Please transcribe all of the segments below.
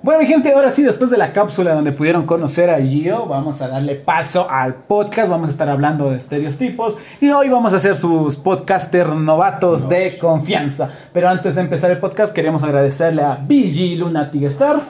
Bueno, mi gente, ahora sí, después de la cápsula donde pudieron conocer a Gio, vamos a darle paso al podcast. Vamos a estar hablando de estereotipos y hoy vamos a hacer sus podcaster novatos de confianza. Pero antes de empezar el podcast, queremos agradecerle a BG Lunatic Star,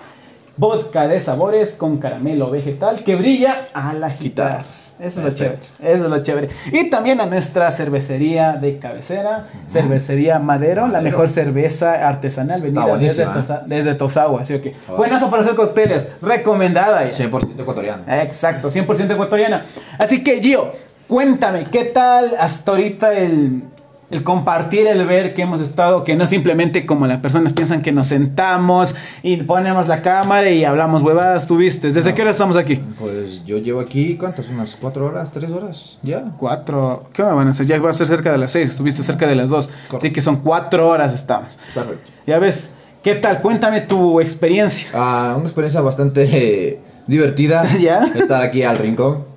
vodka de sabores con caramelo vegetal que brilla a la guitarra. Eso es lo chévere. Perfecto. Eso es lo chévere. Y también a nuestra cervecería de cabecera, Cervecería Madero, la Madero. mejor cerveza artesanal venida desde, buenísima, ¿eh? Tosa- desde Tosagua. Así que, Joder. buenazo para hacer cócteles, recomendada. ya. 100% ecuatoriano. Exacto, 100% ecuatoriana. Así que, Gio, cuéntame, ¿qué tal hasta ahorita el, el compartir, el ver que hemos estado, que no simplemente como las personas piensan que nos sentamos y ponemos la cámara y hablamos huevadas, tuviste? ¿Desde No. qué hora estamos aquí? Pues yo llevo aquí, ¿cuántas? ¿Unas 4 horas? ¿3 horas? ¿Ya? Cuatro, ¿qué hora van a ser? Ya va a ser cerca de las seis, estuviste cerca de las dos. Correcto. Así que son cuatro horas estamos. Perfecto. Ya ves, ¿qué tal? Cuéntame tu experiencia. Ah, una experiencia bastante eh, divertida. Ya. Estar aquí al rincón.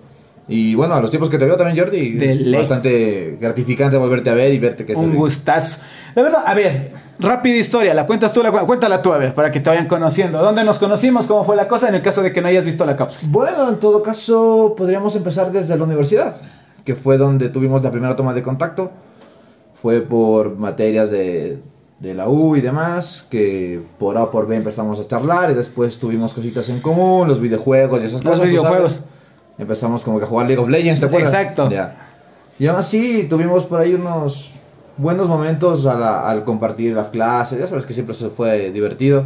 Y bueno, a los tiempos que te veo también, Jordi. De es ley. bastante gratificante volverte a ver y verte que Un estás gustazo. La verdad, a ver, rápida historia, la cuentas tú, la cu- cuéntala tú, a ver, para que te vayan conociendo. ¿Dónde nos conocimos? ¿Cómo fue la cosa? En el caso de que no hayas visto la cápsula. Bueno, en todo caso, podríamos empezar desde la universidad, que fue donde tuvimos la primera toma de contacto. Fue por materias de, de la U y demás, que por A o por B empezamos a charlar y después tuvimos cositas en común, los videojuegos y esas Los cosas. ¿tú sabes? videojuegos. Empezamos como que a jugar League of Legends, ¿te acuerdas? Exacto. Ya. Y aún así tuvimos por ahí unos buenos momentos a la- al compartir las clases, ya sabes que siempre se fue divertido.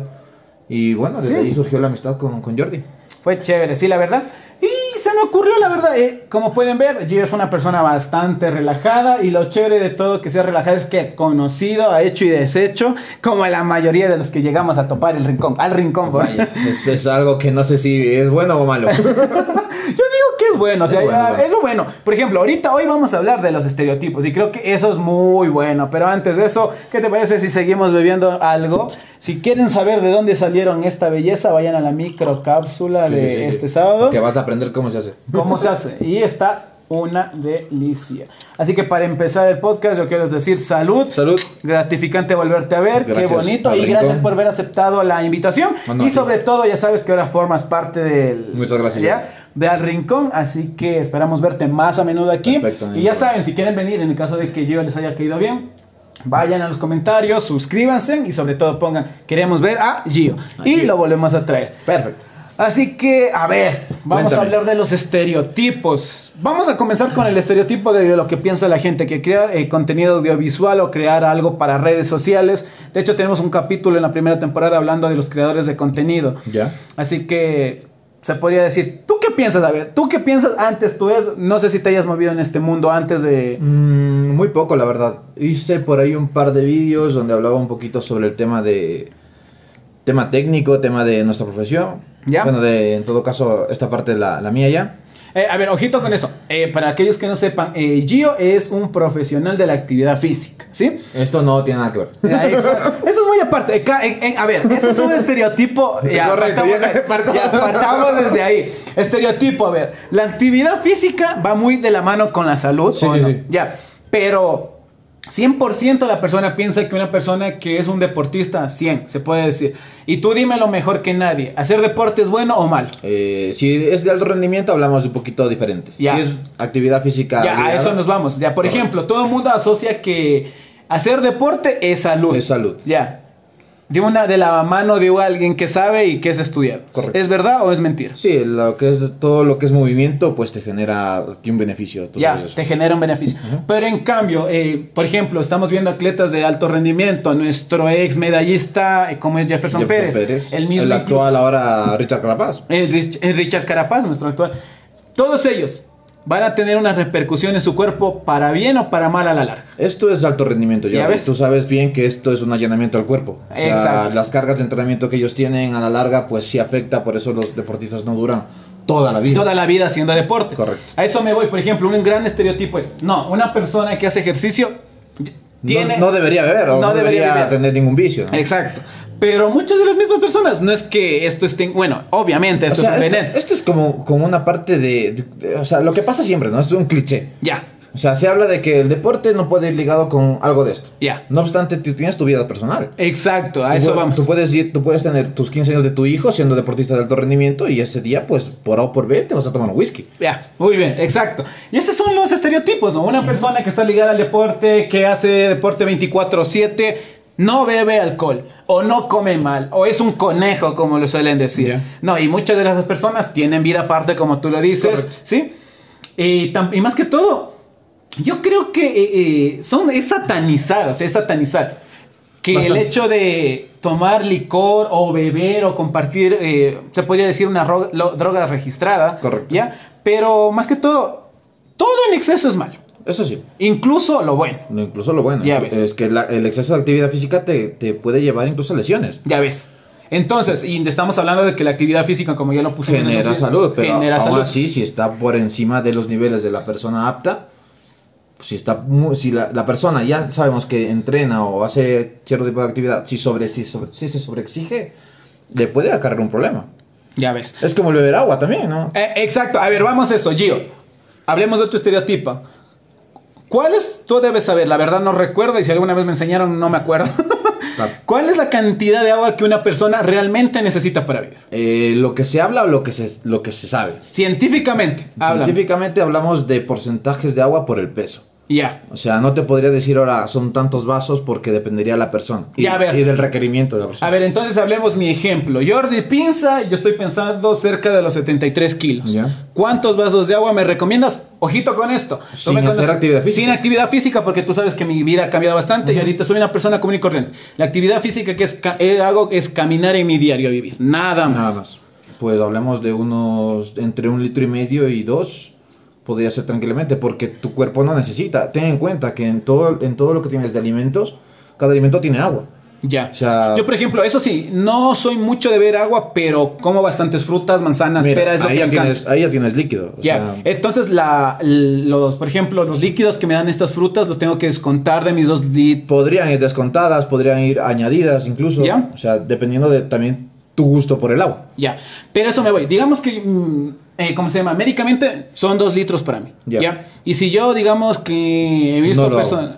Y bueno, desde Sí. ahí surgió la amistad con, con Jordi. Fue chévere, sí, la verdad. Y se me ocurrió, la verdad, eh, como pueden ver, Gio es una persona bastante relajada y lo chévere de todo que sea relajada es que ha conocido, ha hecho y deshecho, como la mayoría de los que llegamos a topar el rincón, al rincón. por- Vaya, es, es algo que no sé si es bueno o malo. Yo digo que es bueno, o sea, Es bueno, ya- bueno. es lo bueno. Por ejemplo, ahorita hoy vamos a hablar de los estereotipos y creo que eso es muy bueno. Pero antes de eso, ¿qué te parece si seguimos bebiendo algo? Si quieren saber de dónde salieron esta belleza, vayan a la microcápsula Sí, de sí, sí. este sábado. Que vas a aprender cómo se hace. ¿Cómo se hace? Y está una delicia. Así que para empezar el podcast, yo quiero decir salud. Salud. Gratificante volverte a ver, Gracias, qué bonito y Padrino. gracias por haber aceptado la invitación No, no, y sí. sobre todo ya sabes que ahora formas parte del Muchas gracias. ¿ya? de Al Rincón, así que esperamos verte más a menudo aquí Perfecto, y ya amigo. saben si quieren venir en el caso de que yo les haya caído bien Vayan a los comentarios, suscríbanse y sobre todo pongan queremos ver a Gio A y Gio. lo volvemos a traer. Perfecto. Así que, a ver, vamos Cuéntame. a hablar de los estereotipos. Vamos a comenzar con el estereotipo de lo que piensa la gente, que crear eh, contenido audiovisual o crear algo para redes sociales. De hecho, tenemos un capítulo en la primera temporada hablando de los creadores de contenido. Ya. Así que se podría decir, ¿tú qué piensas? A ver, ¿tú qué piensas antes? Tú es, no sé si te hayas movido en este mundo antes de... Mm, muy poco, la verdad. Hice por ahí un par de vídeos donde hablaba un poquito sobre el tema de. Tema técnico, tema de nuestra profesión. Ya. Bueno, de, en todo caso, esta parte la, la mía ya. Eh, a ver, ojito con eso. Eh, para aquellos que no sepan, eh, Gio es un profesional de la actividad física, ¿sí? Esto no tiene nada que ver. Ya, Eso eso es muy aparte. Ca- en- en- a ver, ese es un estereotipo. Ya, Correcto, partamos, ya, ahí. partamos. Ya, partamos desde ahí. Estereotipo, a ver. La actividad física va muy de la mano con la salud. Sí, ¿o sí, no? sí. Ya, pero 100% la persona piensa que una persona que es un deportista, 100, se puede decir. Y tú dime lo mejor que nadie. ¿Hacer deporte es bueno o malo? Eh, si es de alto rendimiento, hablamos de un poquito diferente. Ya. Si es actividad física. Ya, a obligada, eso nos vamos. Ya, por Correcto. ejemplo, todo el mundo asocia que hacer deporte es salud. Es salud. Ya. De una de la mano de alguien que sabe y que es estudiado. Correcto. ¿Es verdad o es mentira? Sí, lo que es todo lo que es movimiento, pues te genera a ti un beneficio. tú ya, sabes eso. te genera un beneficio. Pero en cambio, eh, por ejemplo, estamos viendo atletas de alto rendimiento. Nuestro ex medallista, eh, como es Jefferson, Pérez, el mismo inclu- actual ahora Richard Carapaz. El, Rich- el Richard Carapaz, nuestro actual. Todos ellos van a tener una repercusión en su cuerpo para bien o para mal a la larga. Esto es alto rendimiento, Ya ya ves. ves. Tú sabes bien que esto es un allanamiento al cuerpo. O sea, Exacto. las cargas de entrenamiento que ellos tienen a la larga, pues sí afecta, por eso los deportistas no duran toda la vida. toda la vida haciendo deporte. Correcto. A eso me voy, por ejemplo, un gran estereotipo es, no, una persona que hace ejercicio No- tiene... no, debería beber o no no, debería debería, beber. tener ningún vicio. ¿no? Exacto. Pero muchas de las mismas personas, no es que esto esté... Bueno, obviamente, O esto sea, es un esto, veneno. esto es como, como una parte de, de- de- O sea, lo que pasa siempre, ¿no? Es un cliché. Ya. O sea, se habla de que el deporte no puede ir ligado con algo de esto. Ya. No obstante, tú tienes tu vida personal. Exacto, a Tú eso pue- vamos. Tú puedes, ir- tú puedes tener tus 15 años de tu hijo siendo deportista de alto rendimiento y ese día, pues, por A o por B, te vas a tomar un whisky. Ya, muy bien, exacto. Y esos son los estereotipos, ¿no? Una persona que está ligada al deporte, que hace deporte 24/7, no bebe alcohol, o no come mal, o es un conejo, como lo suelen decir. Ya. No, y muchas de esas personas tienen vida aparte, como tú lo dices, Correcto. ¿sí? Y, tam- y más que todo, yo creo que eh, eh, son, es satanizar, o sea, es satanizar. Que Bastante. el hecho de tomar licor o beber o compartir, eh, se podría decir una ro- lo- droga registrada, Correcto. ¿ya? Pero más que todo, todo en exceso es malo, Eso sí. incluso lo bueno, No, Incluso lo bueno Ya ves. es que la- el exceso de actividad física te, te puede llevar incluso a lesiones. ya ves. Entonces, y estamos hablando de que la actividad física, como ya lo pusimos, hace un Genera tiempo, salud, pero genera aún salud. así, si está por encima de los niveles de la persona apta, si, está, mu- si la, la persona ya sabemos que entrena o hace cierto tipo de actividad, si, sobre, si, sobre- si se sobreexige, le puede acarrear un problema. Ya ves. Es como el beber agua también, ¿no? Eh, exacto, a ver, vamos a eso, Gio. Hablemos de tu estereotipo. ¿Cuál es, tú debes saber, la verdad no recuerdo y si alguna vez me enseñaron no me acuerdo. Claro. ¿Cuál es la cantidad de agua que una persona realmente necesita para vivir? Eh, lo que se habla o lo que se, lo que se sabe. Científicamente, habla. Científicamente hablamos de porcentajes de agua por el peso. Ya, O sea, no te podría decir ahora son tantos vasos porque dependería de la persona y, Ya, a ver. y del requerimiento de la a persona. ver, entonces hablemos mi ejemplo. Jordi Pinza, yo estoy pensando cerca de los 73 kilos. Ya. ¿Cuántos vasos de agua me recomiendas? Ojito con esto. Tú Sin me conoces- hacer actividad física. Sin actividad física, porque tú sabes que mi vida ha cambiado bastante y ahorita soy una persona común y corriente. La actividad física que es ca- eh, hago es caminar en mi diario vivir. Nada más. Nada más. Pues hablamos de unos entre un litro y medio y dos podría ser tranquilamente porque tu cuerpo no necesita. Ten en cuenta que en todo, en todo lo que tienes de alimentos, cada alimento tiene agua. Ya. O sea- Yo, por ejemplo, eso sí, no soy mucho de beber agua, pero como bastantes frutas, manzanas, Mira, peras, es lo ahí, que ya me encanta. tienes, ahí ya tienes líquido. O Ya, sea, entonces la, los, por ejemplo, los líquidos que me dan estas frutas los tengo que descontar de mis dos litros. podrían ir descontadas, podrían ir añadidas incluso. Ya. O sea, dependiendo de también tu gusto por el agua. Ya, pero eso me voy. Digamos que, mm, eh, ¿cómo se llama? Médicamente son dos litros para mí. Ya. Ya. Y si yo, digamos que he No visto lo hago. personas...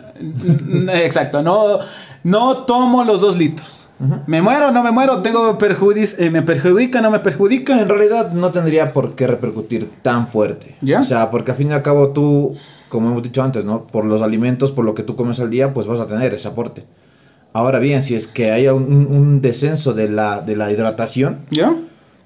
Exacto, no, no tomo los dos litros. ¿Me muero no me muero? ¿Tengo perjudic eh, ¿Me perjudica no me perjudica? En realidad no tendría por qué repercutir tan fuerte. ¿Ya? O sea, porque al fin y al cabo tú, como hemos dicho antes, ¿no? Por los alimentos, por lo que tú comes al día, pues vas a tener ese aporte. Ahora bien, si es que hay un, un descenso de la, de la hidratación, ¿Ya?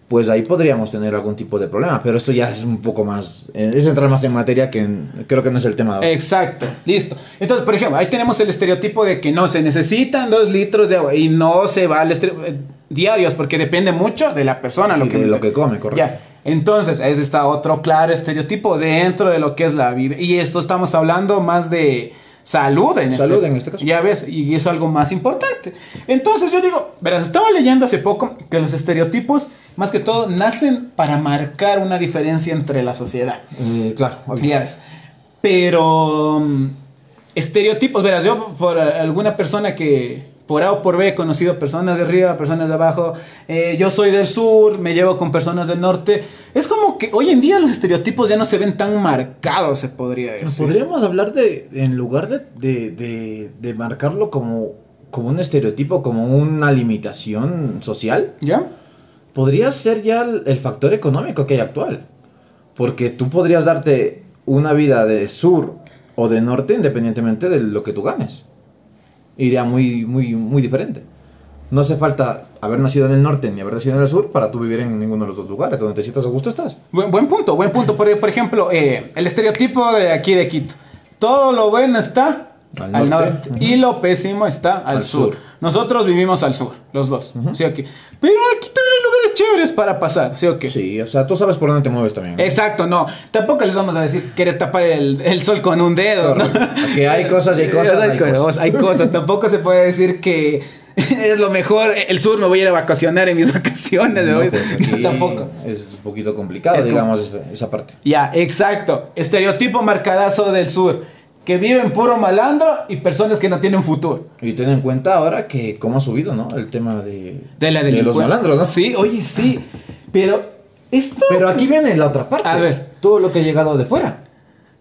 pues ahí podríamos tener algún tipo de problema. Pero esto ya es un poco más... eh, Es entrar más en materia que en- creo que no es el tema. de Eh, hoy. Exacto, listo. Entonces, por ejemplo, ahí tenemos el estereotipo de que no se necesitan dos litros de agua y no se va al estere- eh, diarios porque depende mucho de la persona lo Y que de lo que come, correcto. Ya. Entonces, ese está otro claro estereotipo dentro de lo que es la vida y esto estamos hablando más de salud en Salud en este caso. Ya ves, y es algo más importante. Entonces, yo digo, verás, estaba leyendo hace poco que los estereotipos más que todo nacen para marcar una diferencia entre la sociedad. Eh, claro, obvio. Ya ves. Pero mm, estereotipos, verás, yo por alguna persona que por A o por B he conocido personas de arriba, personas de abajo, eh, yo soy del sur, me llevo con personas del norte, es como que hoy en día los estereotipos ya no se ven tan marcados, se podría Pero decir. Podríamos hablar de, en lugar de, de, de- de marcarlo como, como un estereotipo, como una limitación social, ¿Ya? podría ser ya el, el factor económico que hay actual. Porque tú podrías darte una vida de sur o de norte independientemente de lo que tú ganes. Iría muy, muy, muy diferente. No hace falta haber nacido en el norte ni haber nacido en el sur para tú vivir en ninguno de los dos lugares. Donde te sientas a gusto estás. Buen, buen punto, buen punto. Por, por ejemplo, eh, el estereotipo de aquí de Quito. Todo lo bueno está al, Al norte norte. y lo pésimo está al, Al sur. sur. Nosotros vivimos al sur, los dos. ¿sí o qué? Pero aquí también hay lugares chéveres para pasar, ¿sí o qué? Eh, Sí, o sea, tú sabes por dónde te mueves también. ¿no? Exacto, no. Tampoco les vamos a decir querer tapar el, el sol con un dedo. ¿no? Correcto. Que hay cosas y hay cosas, Hay, hay cosas, cosas. hay cosas. Tampoco se puede decir que es lo mejor. El sur me voy a ir a vacacionar en mis vacaciones. me No, voy- pues, aquí Tampoco. Es un poquito complicado, Es digamos, esa, esa parte. Ya, exacto. Estereotipo marcadazo del sur. Que viven puro malandro y personas que no tienen futuro. Y ten en cuenta ahora que cómo ha subido, ¿no? El tema de, De la los delincuencia. malandros, ¿no? Sí, oye, sí. Pero esto... Pero aquí viene la otra parte. A ver. Todo lo que ha llegado de fuera.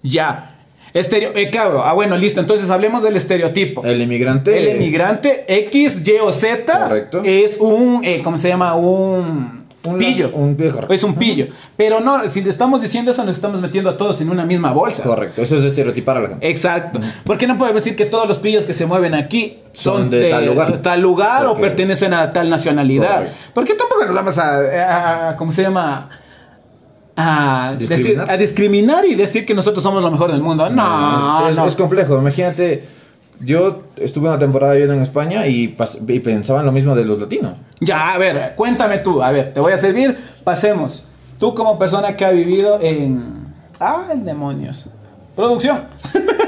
Ya. Estereo, eh, cabrón. Ah, bueno, listo. Entonces hablemos del estereotipo. El inmigrante. El inmigrante X, Y o Z Correcto. es un, eh, ¿cómo se llama? Un, Un pillo. la- un pillo. Es un pillo. Pero no, si le estamos diciendo eso, nos estamos metiendo a todos en una misma bolsa. Correcto, eso es estereotipar a la Eh, gente. Exacto. Porque no podemos decir que todos los pillos que se mueven aquí son, Son de tal lugar. tal lugar o Porque- pertenecen a tal nacionalidad. Correcto. Porque tampoco nos vamos a, a- ¿cómo se llama? A decir- Discriminar. a discriminar y decir que nosotros somos lo mejor del mundo. No, Ah, es, es- no. es complejo. Imagínate, yo estuve una temporada viviendo en España y, pas- y pensaban lo mismo de los latinos. Ya, a ver, cuéntame tú. A ver, te voy a servir. Pasemos. Tú como persona que ha vivido en... Ah, el demonios. Producción.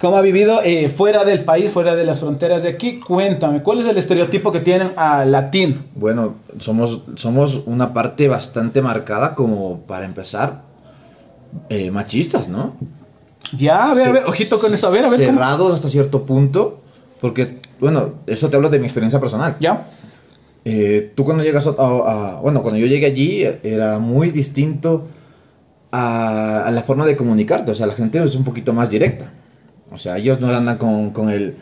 ¿Cómo ha vivido eh, fuera del país, fuera de las fronteras de aquí? Cuéntame, ¿cuál es el estereotipo que tienen al latín? Bueno, somos, somos una parte bastante marcada como para empezar eh, machistas, ¿no? Ya, a ver, a ver, ojito con eso, a ver, a ver. cómo- Cerrados hasta cierto punto, porque, bueno, eso te hablo de mi experiencia personal. Ya, Eh, tú cuando llegas a, a- a- Bueno, cuando yo llegué allí era muy distinto a, a la forma de comunicarte. O sea, la gente es un poquito más directa. O sea, ellos no andan con, con el...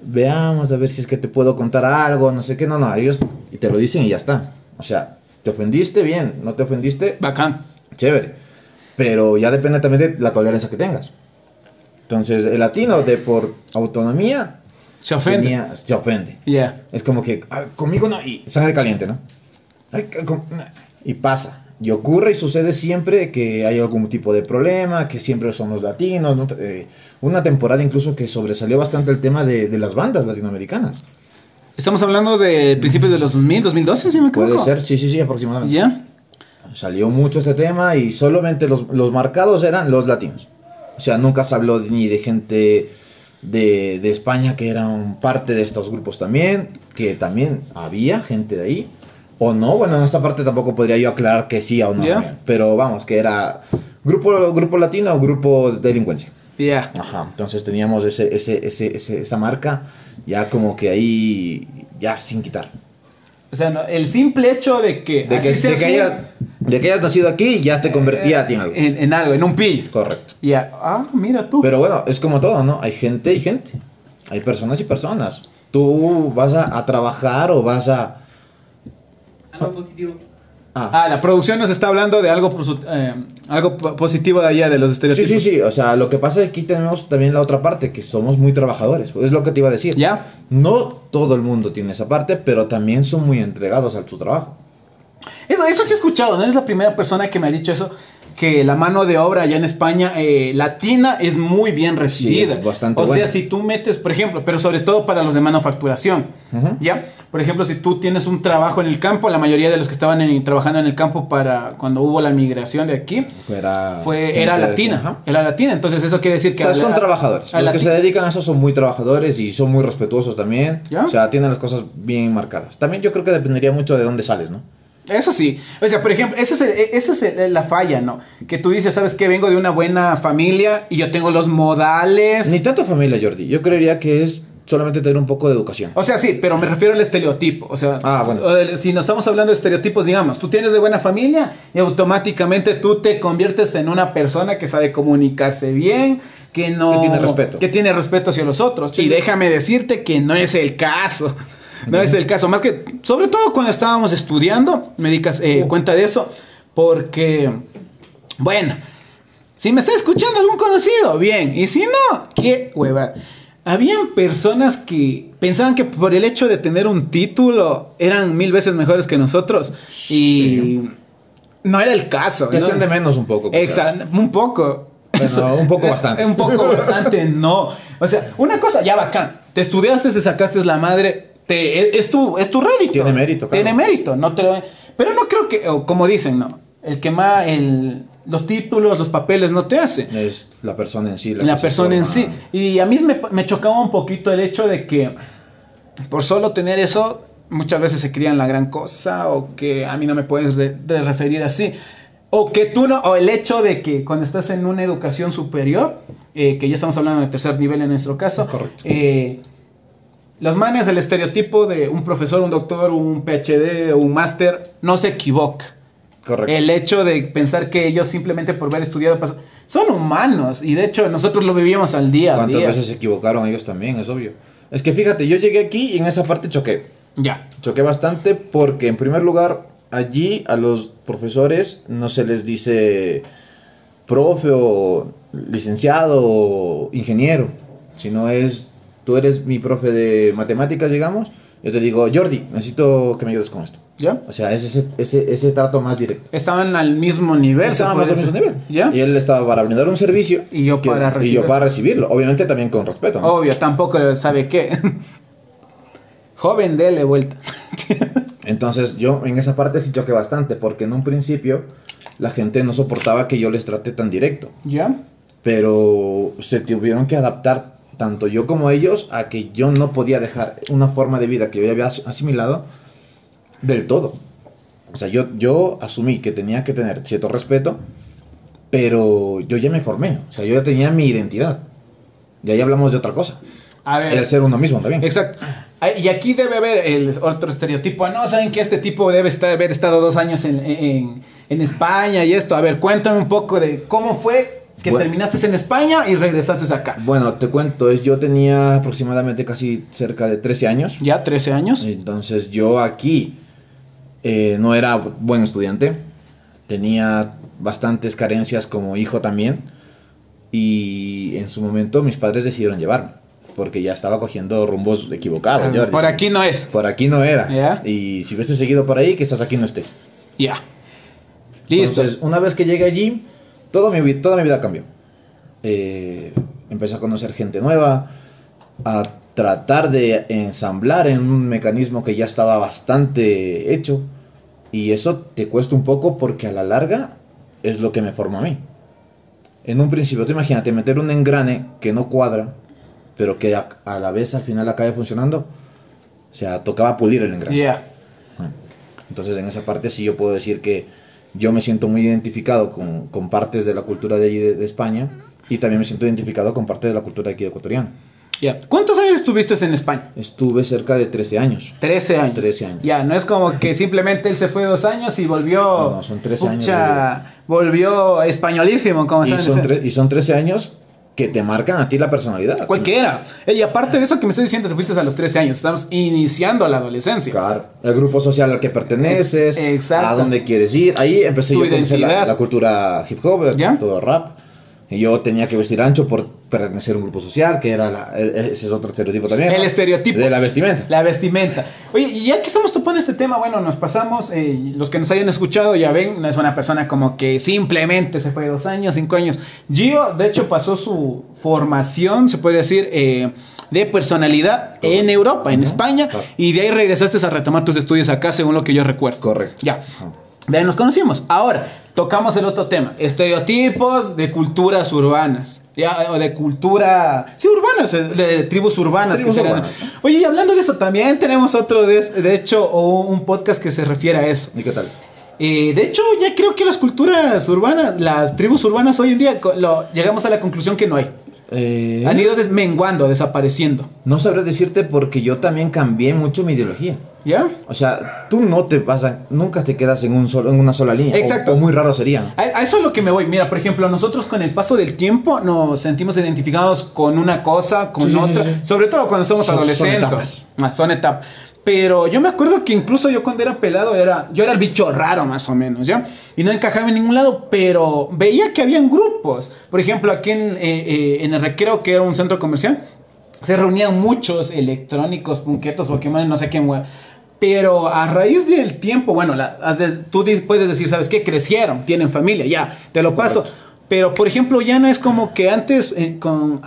Veamos a ver si es que te puedo contar algo, no sé qué. No, no, ellos y te lo dicen y ya está. O sea, te ofendiste bien, no te ofendiste, bacán. chévere. Pero ya depende también de la tolerancia que tengas. Entonces, el latino de por autonomía Se ofende. Ya. tenía- se ofende. Es como que ah, conmigo no, y sangre caliente, ¿no? Ay, c- con- Y pasa. Y ocurre y sucede siempre que hay algún tipo de problema, que siempre son los latinos. ¿no? Eh, una temporada incluso que sobresalió bastante el tema de, de las bandas latinoamericanas. Estamos hablando de principios de los 2000, 2012, si me equivoco. Puede ser, sí, sí, sí, aproximadamente. Ya. Salió mucho este tema y solamente los, los marcados eran los latinos. O sea, nunca se habló ni de gente de, de España que eran parte de estos grupos también, que también había gente de ahí. O no, bueno, en esta parte tampoco podría yo aclarar que sí o no. Ya. Pero vamos, que era grupo, grupo latino o grupo de delincuencia. Ya. Ajá, entonces teníamos ese, ese, ese, ese- esa marca ya como que ahí, ya sin quitar. O sea, no, el simple hecho de que... De así que, de seas que un- hayas, de que hayas nacido aquí ya te convertía a ti en algo. Eh, En, en algo, en un pillo. Correcto. Ya. Ah, mira tú. Pero bueno, es como todo, ¿no? Hay gente y gente. Hay personas y personas. Tú vas a, a trabajar o vas a... Algo positivo. a- Ah, la producción nos está hablando de algo, posu- eh, algo po- positivo de allá, de los Sí, estereotipos. sí, sí. O sea, lo que pasa es que aquí tenemos también la otra parte, que somos muy trabajadores. Es lo que te iba a decir. Ya. No todo el mundo tiene esa parte, pero también son muy entregados a su trabajo. Eso, eso sí he escuchado, no es la primera persona que me ha dicho eso, que la mano de obra allá en España eh, latina es muy bien recibida. es bastante o sea, buena. si tú metes, por ejemplo, pero sobre todo para los de manufacturación, Ujú. ¿ya? Por ejemplo, si tú tienes un trabajo en el campo, la mayoría de los que estaban en- trabajando en el campo para cuando hubo la migración de aquí, Era, fue, era gente- latina, Ajá. era latina, entonces eso quiere decir que... O sea, a la- son trabajadores. a Los que lati- se dedican a eso son muy trabajadores y son muy respetuosos también. ¿Ya? O sea, tienen las cosas bien marcadas. También yo creo que dependería mucho de dónde sales, ¿no? Eso sí. O sea, por ejemplo, esa es, el- esa es el- la falla, ¿no? Que tú dices, ¿sabes qué? Vengo de una buena familia y yo tengo los modales. Ni tanto familia, Jordi. Yo creería que es solamente tener un poco de educación. O sea, sí, pero me refiero al estereotipo. O sea, Ah, bueno. o del- si nos estamos hablando de estereotipos, digamos, tú tienes de buena familia y automáticamente tú te conviertes en una persona que sabe comunicarse bien, que no... Que tiene respeto. Que tiene respeto hacia los otros. Y déjame decirte que no es el caso. No es el caso. Más que, sobre todo cuando estábamos estudiando, me dedicas eh, Uh. cuenta de eso, porque, bueno, si me está escuchando algún conocido, bien. Y si no, qué hueva. Habían personas que pensaban que por el hecho de tener un título eran mil veces mejores que nosotros. Y no era el caso. Que ¿no? sean de menos un poco. quizás. Exacto, un poco. Bueno, un poco bastante. un poco bastante, no. O sea, una cosa ya bacán. Te estudiaste, te sacaste la madre. Te, es, es tu, es tu rédito. Tiene mérito, claro. Tiene mérito, no te lo- Pero no creo que, o como dicen, ¿no? El que más, el, los títulos, los papeles no te hace Es la persona en sí. la, que se persona en sí. forma. Y a mí me, me chocaba un poquito el hecho de que por solo tener eso, muchas veces se crían la gran cosa o que a mí no me puedes re- de referir así. O que tú no, o el hecho de que cuando estás en una educación superior, eh, que ya estamos hablando de tercer nivel en nuestro caso, Correcto. eh, los manes, el estereotipo de un profesor, un doctor, un PhD, un máster, no se equivoca. Correcto. El hecho de pensar que ellos simplemente por haber estudiado pas- son humanos y de hecho nosotros lo vivíamos al día a ¿Cuántas día. veces se equivocaron ellos también? Es obvio. Es que fíjate, yo llegué aquí y en esa parte choqué. Ya. Choqué bastante porque, en primer lugar, allí a los profesores no se les dice profe o licenciado o ingeniero, sino es, tú eres mi profe de matemáticas, digamos, yo te digo, Jordi, necesito que me ayudes con esto. ¿Ya? O sea, es ese, ese, ese trato más directo. Estaban al mismo nivel. Estaba se más o podría menos a decir. nivel. Y él estaba para brindar un servicio. Y yo para y recibirlo. yo para recibirlo. Obviamente también con respeto. ¿Ya? ¿no? Obvio, tampoco sabe qué. Joven, dele vuelta. Entonces yo en esa parte sí choqué bastante porque en un principio la gente no soportaba que yo les trate tan directo. ¿Ya? Pero se tuvieron que adaptar tanto yo como ellos a que yo no podía dejar una forma de vida que yo ya había as- asimilado del todo. O sea, yo, yo asumí que tenía que tener cierto respeto, pero yo ya me formé. O sea, yo ya tenía mi identidad. Y ahí hablamos de otra cosa. A ver. El ser uno mismo también. Exacto. Ah, Y aquí debe haber el otro estereotipo. Ah, No, saben que este tipo debe estar, haber estado dos años en, en- en España y esto. A ver, cuéntame un poco de cómo fue que Bueno. terminaste en España y regresaste acá. Bueno, te cuento, es- yo tenía aproximadamente casi cerca de 13 años. Ya 13 años. Entonces yo aquí eh, no era buen estudiante, tenía bastantes carencias como hijo también y en su momento mis padres decidieron llevarme porque ya estaba cogiendo rumbos equivocados. Ah, Jordi. Ah, Eh, Por aquí no es. Por aquí no era. Ya. Y si hubiese seguido por ahí, quizás aquí no esté. Ya. Listo. Entonces, una vez que llegué allí, todo mi, vi- toda mi vida cambió. Eh, empecé a conocer gente nueva, a tratar de ensamblar en un mecanismo que ya estaba bastante hecho. Y eso te cuesta un poco porque a la larga es lo que me formó a mí. En un principio, tú imagínate meter un engrane que no cuadra, pero que a, a la vez al final acabe funcionando. O sea, tocaba pulir el Ya. engrane. Entonces en esa parte sí yo puedo decir que yo me siento muy identificado con, con partes de la cultura de allí de, de España y también me siento identificado con partes de la cultura de aquí ecuatoriana. Ya. ¿Cuántos años estuviste en España? Estuve cerca de 13 años. 13 años. 13 años. Ya, no es como que simplemente él se fue dos años y volvió. No, no, son 13 años pucha, Volvió españolísimo, como Y saben son, decir. tre- y son 13 años que te marcan a ti la personalidad. Cualquiera. Eh, Y aparte de eso que me estás diciendo, te fuiste a los 13 años. Estamos iniciando la adolescencia. Claro. El grupo social al que perteneces, Exacto. a dónde quieres ir. Ahí empecé Tu yo a conocer la, identidad. la cultura hip hop, ¿Ya? todo rap. Y yo tenía que vestir ancho por pertenecer a un grupo social, que era la- e- ese es otro estereotipo también. El ¿no? estereotipo. De la vestimenta. La vestimenta. Oye, y ya que estamos topando este tema, bueno, nos pasamos, eh, los que nos hayan escuchado ya ven, no es una persona como que simplemente se fue dos años, cinco años. Gio, de hecho, pasó su formación, se puede decir, eh, de personalidad en Europa, en Ujú. España, Claro. y de ahí regresaste a retomar tus estudios acá, según lo que yo recuerdo. Correcto. Ya. Ajá. De ahí nos conocimos. Ahora, tocamos el otro tema. Estereotipos de culturas urbanas. Ya, o de cultura... Sí, urbanas, eh, de tribus urbanas. Tribus que serán. urbanas. Oye, y hablando de eso, también tenemos otro, de, de hecho, o un podcast que se refiere a eso. ¿Y qué tal? Eh, de hecho, ya creo que las culturas urbanas, las tribus urbanas hoy en día, co- lo- llegamos a la conclusión que no hay. Eh, Han ido des- menguando, desapareciendo. no sabré decirte porque yo también cambié mucho mi ideología. ¿Ya? O sea, tú no te pasas, nunca te quedas en, un solo, en una sola línea. o- Exacto. O, muy raro sería. A, a eso es lo que me voy. Mira, por ejemplo, nosotros con el paso del tiempo nos sentimos identificados con una cosa, con Sí, sí, otra. sí, sí. Sobre todo cuando somos Son- son adolescentes. etapas. Ah, Son etapas. Pero yo me acuerdo que incluso yo cuando era pelado era, yo era el bicho raro más o menos, ¿ya? Y no encajaba en ningún lado, pero veía que habían grupos. Por ejemplo, aquí en, eh, eh, en el Recreo, que era un centro comercial, se reunían muchos electrónicos, punquetos, Pokémon, no sé qué. mue- Pero a raíz del tiempo, bueno, la- has de- tú di- puedes decir, ¿sabes qué? Crecieron, tienen familia, ya, te lo paso. Pero, por ejemplo, ya no es como que antes, eh, con,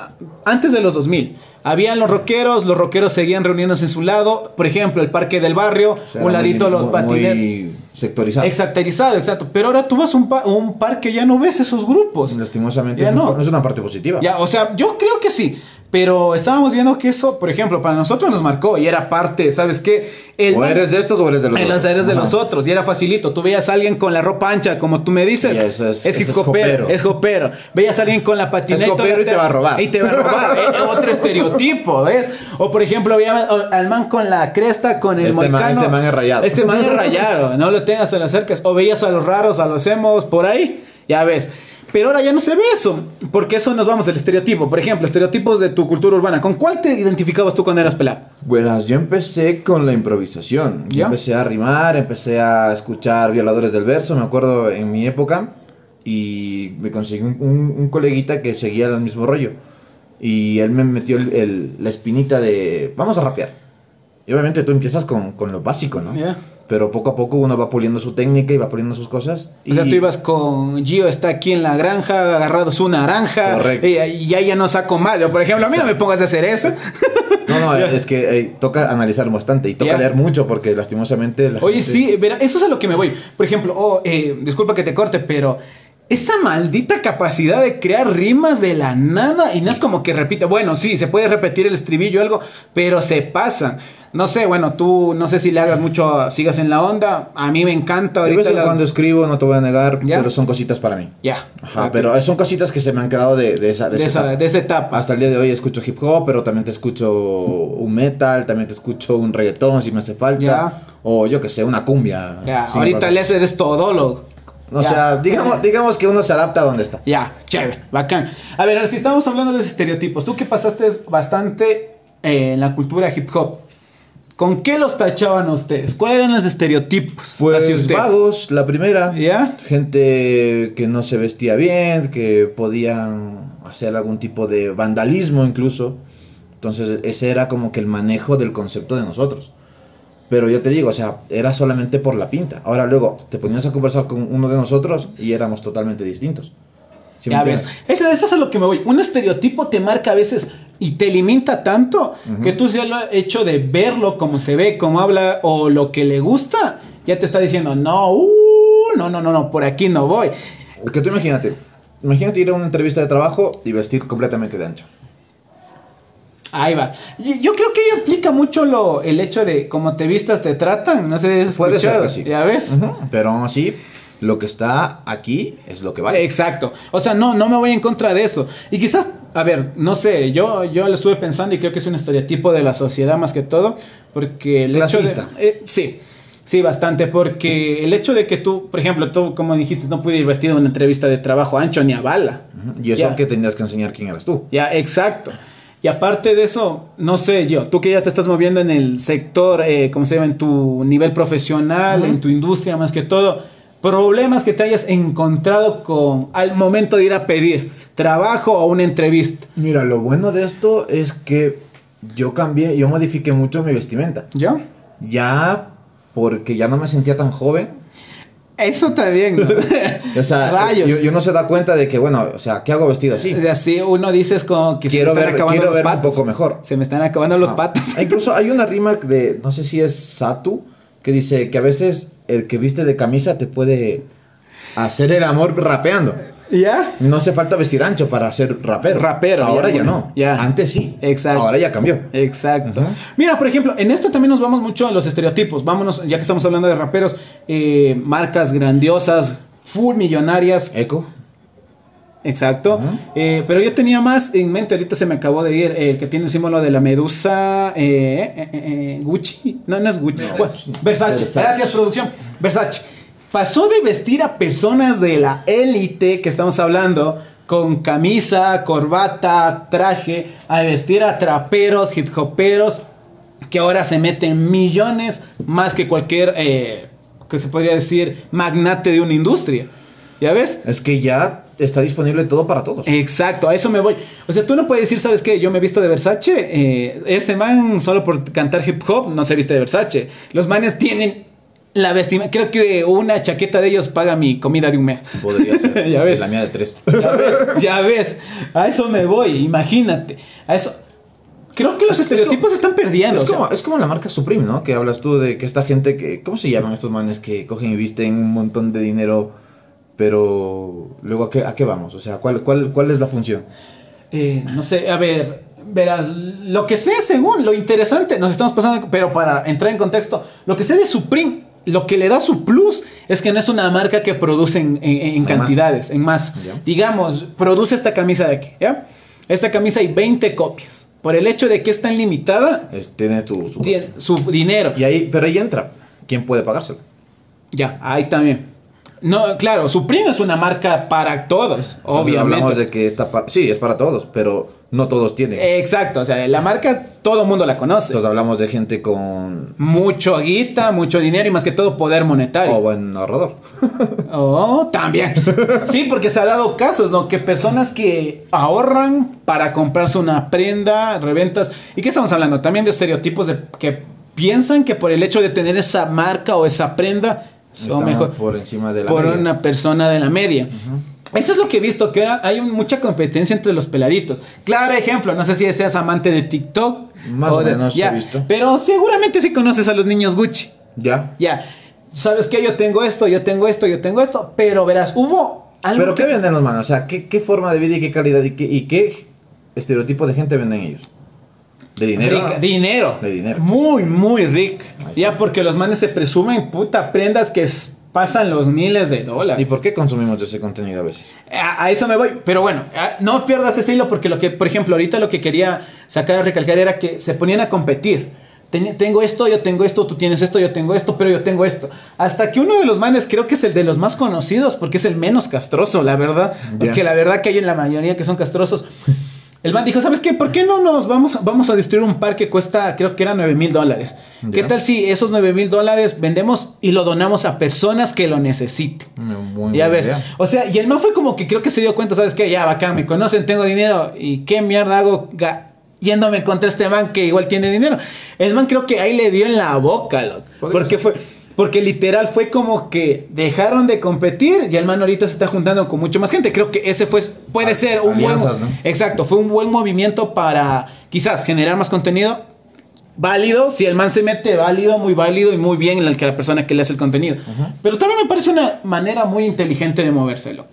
antes de los 2000, habían los rockeros, los rockeros seguían reuniéndose en su lado, por ejemplo, el parque del barrio, O sea, un era muy- ladito los muy- patinetes. Muy sectorizado. Exactarizado, exacto. Pero ahora tú vas a un, pa- un parque, ya no ves esos grupos. Lastimosamente, Ya es, un- no. es una parte positiva. Ya, o sea, yo creo que sí. Pero estábamos viendo que eso, por ejemplo, para nosotros nos marcó y era parte, ¿sabes qué? El o eres de estos o eres de los en las otros. áreas de Ajá. los otros y era facilito. Tú veías a alguien con la ropa ancha, como tú me dices. Y eso es- hip eso es hopero, jopero. Es jopero. Veías a alguien con la patineta. Es jopero y te va a robar. Y te va a robar. eh, otro estereotipo, ¿ves? O por ejemplo, veías al man con la cresta, con el Este man- moicano. este man es rayado. Este man es rayado. No lo tengas, te lo acerques. O veías a los raros, a los hemos, por ahí. Ya ves. Pero ahora ya no se ve eso, porque eso nos vamos al estereotipo. Por ejemplo, estereotipos de tu cultura urbana. ¿Con cuál te identificabas tú cuando eras pelado? Buenas, yo empecé con la improvisación. Yo ¿Ya? empecé a rimar, empecé a escuchar Violadores del Verso, me acuerdo en mi época. Y me conseguí un, un- un coleguita que seguía el mismo rollo. Y él me metió el- el- la espinita de, vamos a rapear. Y obviamente tú empiezas con, con lo básico, ¿no? Ya. Pero poco a poco uno va puliendo su técnica y va puliendo sus cosas. O sea, y- tú ibas con Gio está aquí en la granja, agarrado su naranja. Correcto. Y, y ya, ya no saco mal. Yo, por ejemplo, a mí no me pongas a hacer eso. No, no, es que eh, toca analizar bastante y toca Ya. leer mucho porque lastimosamente... la Oye, gente- sí, verá, eso es a lo que me voy. Por ejemplo, oh, eh, disculpa que te corte, pero esa maldita capacidad de crear rimas de la nada y no es como que repite, bueno, sí, se puede repetir el estribillo o algo, pero se pasan. No sé, bueno, tú no sé si le hagas mucho, sigas en la onda. A mí me encanta De ahorita. vez en la- cuando escribo, no te voy a negar, Ya. pero son cositas para mí. Ya. Ajá, Ok. pero son cositas que se me han quedado de, de esa, de de esa esa, etapa. de esa etapa. Hasta el día de hoy escucho hip hop, pero también te escucho un metal, también te escucho un reggaetón si me hace falta. Ya. O yo que sé, una cumbia. Ya, Sí, ahorita pero- le haces todólogo. O Ya. sea, digamos, digamos que uno se adapta a donde está. Ya, chévere, bacán. A ver, ahora si estamos hablando de los estereotipos, tú que pasaste bastante eh, en la cultura hip hop, ¿con qué los tachaban a ustedes? ¿Cuáles eran los estereotipos? hacia Pues ustedes? vagos, la primera. ¿Ya? Gente que no se vestía bien, que podían hacer algún tipo de vandalismo incluso. Entonces ese era como que el manejo del concepto de nosotros. Pero yo te digo, o sea, era solamente por la pinta. Ahora luego te ponías a conversar con uno de nosotros y éramos totalmente distintos. ¿Sí me ya entiendes? ves. Eso, eso es a lo que me voy. Un estereotipo te marca a veces y te limita tanto que tú ya lo hecho de verlo como se ve, como habla o lo que le gusta, ya te está diciendo, no, uh, no, no, no, no, por aquí no voy. Porque tú imagínate, imagínate ir a una entrevista de trabajo y vestir completamente de ancho. Ahí va. Y- Yo creo que ahí aplica mucho lo, el hecho de cómo te vistas te tratan. No sé, es Puede ser que sí. ¿Ya ves? Ujú, Pero aún así, lo que está aquí es lo que vale. Exacto. O sea, no, no me voy en contra de eso. Y quizás, a ver, no sé, yo, yo lo estuve pensando y creo que es un estereotipo de la sociedad más que todo, porque el hecho de- Clasista. eh, sí. Sí, bastante, porque el hecho de que tú, por ejemplo, tú, como dijiste, no pude ir vestido a una entrevista de trabajo ancho ni a bala. Y eso Ya. que tenías que enseñar quién eras tú. Ya, exacto. Y aparte de eso, no sé yo, tú que ya te estás moviendo en el sector, eh, ¿cómo se llama? En tu nivel profesional, Ujú. en tu industria más que todo, problemas que te hayas encontrado con al momento de ir a pedir trabajo o una entrevista. Mira, lo bueno de esto es que yo cambié, yo modifiqué mucho mi vestimenta. ¿Yo? Ya porque ya no me sentía tan joven. Eso también, ¿no? O sea, Rayos. Yo, yo no se da cuenta de que, bueno, o sea, ¿qué hago vestido así? Y Así uno dices como que Quiero se me ver- están acabando quiero los verme un patos. poco mejor. Se me están acabando los Ah, patos. Incluso hay una rima de, no sé si es Satu, que dice que a veces el que viste de camisa te puede hacer el amor rapeando. ¿Ya? No hace falta vestir ancho para ser rapero. Rapero, Ahora ya, ya, bueno, no. ya. Antes sí. Exacto. Ahora ya cambió. Exacto. Ajá. Mira, por ejemplo, en esto también nos vamos mucho a los estereotipos. Vámonos, ya que estamos hablando de raperos, eh, marcas grandiosas, full millonarias. Eco. Exacto. Ajá. Eh, pero yo tenía más en mente, ahorita se me acabó de ir, eh, el que tiene el símbolo de la medusa, eh, eh, eh, eh, Gucci. No, no es Gucci. Versace. Bueno, Versace. Versace. Gracias, producción. Versace. Pasó de vestir a personas de la élite que estamos hablando con camisa, corbata, traje, a vestir a traperos, hip hoperos, que ahora se meten millones más que cualquier, eh, que se podría decir, magnate de una industria. ¿Ya ves? Es que ya está disponible todo para todos. Exacto, a eso me voy. O sea, tú no puedes decir, ¿sabes qué? Yo me he visto de Versace. eh, ese man, solo por cantar hip hop, no se viste de Versace. Los manes tienen la vestimenta. Creo que una chaqueta de ellos paga mi comida de un mes. Podría ser. Ya ves. La mía de tres. Ya ves, ya ves. A eso me voy, imagínate. A eso. Creo que los Es- es estereotipos como- están perdiendo. Es o sea, como, es como la marca Supreme, ¿no? Que hablas tú de que esta gente que... ¿Cómo se llaman estos manes que cogen y visten un montón de dinero? Pero luego, ¿a qué, a qué vamos? O sea, ¿cuál, cuál, ¿cuál es la función? eh, no sé, a ver, verás, lo que sé según, lo interesante, nos estamos pasando, pero para entrar en contexto, lo que sé de Supreme, lo que le da su plus es que no es una marca que produce en, en- en En cantidades, en más. Ya. Digamos, produce esta camisa de aquí, ¿ya? Esta camisa hay 20 copias. Por el hecho de que es tan limitada, Es- tiene tu... su- tiene su dinero. Y ahí, pero ahí entra. ¿Quién puede pagárselo? Ya, ahí también. No, claro, Supreme es una marca para todos, Entonces, Hablamos obviamente. de que esta par- sí, es para todos, pero no todos tienen. Eh, Exacto, o sea, la marca todo el mundo la conoce. Entonces hablamos de gente con... Mucho guita, mucho dinero y más que todo poder monetario. O buen ahorrador. Oh, también. Sí, porque se ha dado casos, ¿no? Que personas que ahorran para comprarse una prenda, reventas. ¿Y qué estamos hablando? También de estereotipos de que piensan que por el hecho de tener esa marca o esa prenda son Estamos mejor Por encima de la por media. una persona de la media. Eso es lo que he visto, que ahora hay un- mucha competencia entre los peladitos. Claro ejemplo, no sé si seas amante de TikTok. Más o de- menos he ya, visto. Pero seguramente sí conoces a los niños Gucci. Ya. Ya, ¿sabes qué? Yo tengo esto, yo tengo esto, yo tengo esto, pero verás, hubo algo Pero ¿qué que... venden los manos? O sea, ¿qué, qué forma de vida y qué calidad y qué, y qué estereotipo de gente venden ellos? De dinero. Rica- ¿no? dinero. De dinero. Muy, muy rico. Ahí Ya, porque los manes se presumen, puta, prendas que s- pasan los miles de dólares. ¿Y por qué consumimos ese contenido a veces? A, a eso me voy, pero bueno, a- no pierdas ese hilo porque lo que, por ejemplo, ahorita lo que quería sacar a recalcar era que se ponían a competir. Ten- tengo esto, yo tengo esto, tú tienes esto, yo tengo esto, pero yo tengo esto. Hasta que uno de los manes creo que es el de los más conocidos porque es el menos castroso, la verdad. Ya. Porque la verdad que hay en la mayoría que son castrosos. El man dijo, ¿sabes qué? ¿Por qué no nos vamos, vamos a destruir un par que cuesta, creo que era 9 mil dólares? ¿Qué Ya. tal si esos 9 mil dólares vendemos y lo donamos a personas que lo necesiten? Muy ya buena ves. idea. O sea, y el man fue como que creo que se dio cuenta, ¿sabes qué? Ya, bacán, me conocen, tengo dinero. ¿Y qué mierda hago ga- yéndome contra este man que igual tiene dinero? El man creo que ahí le dio en la boca, loco. Podría Porque ser. fue. Porque literal fue como que dejaron de competir y el man ahorita se está juntando con mucho más gente. Creo que ese fue, puede Al- ser un alianzas, buen... ¿no? Exacto, fue un buen movimiento para quizás generar más contenido válido. Si el man se mete válido, muy válido y muy bien en el que la persona que le hace el contenido. Pero también me parece una manera muy inteligente de movérselo.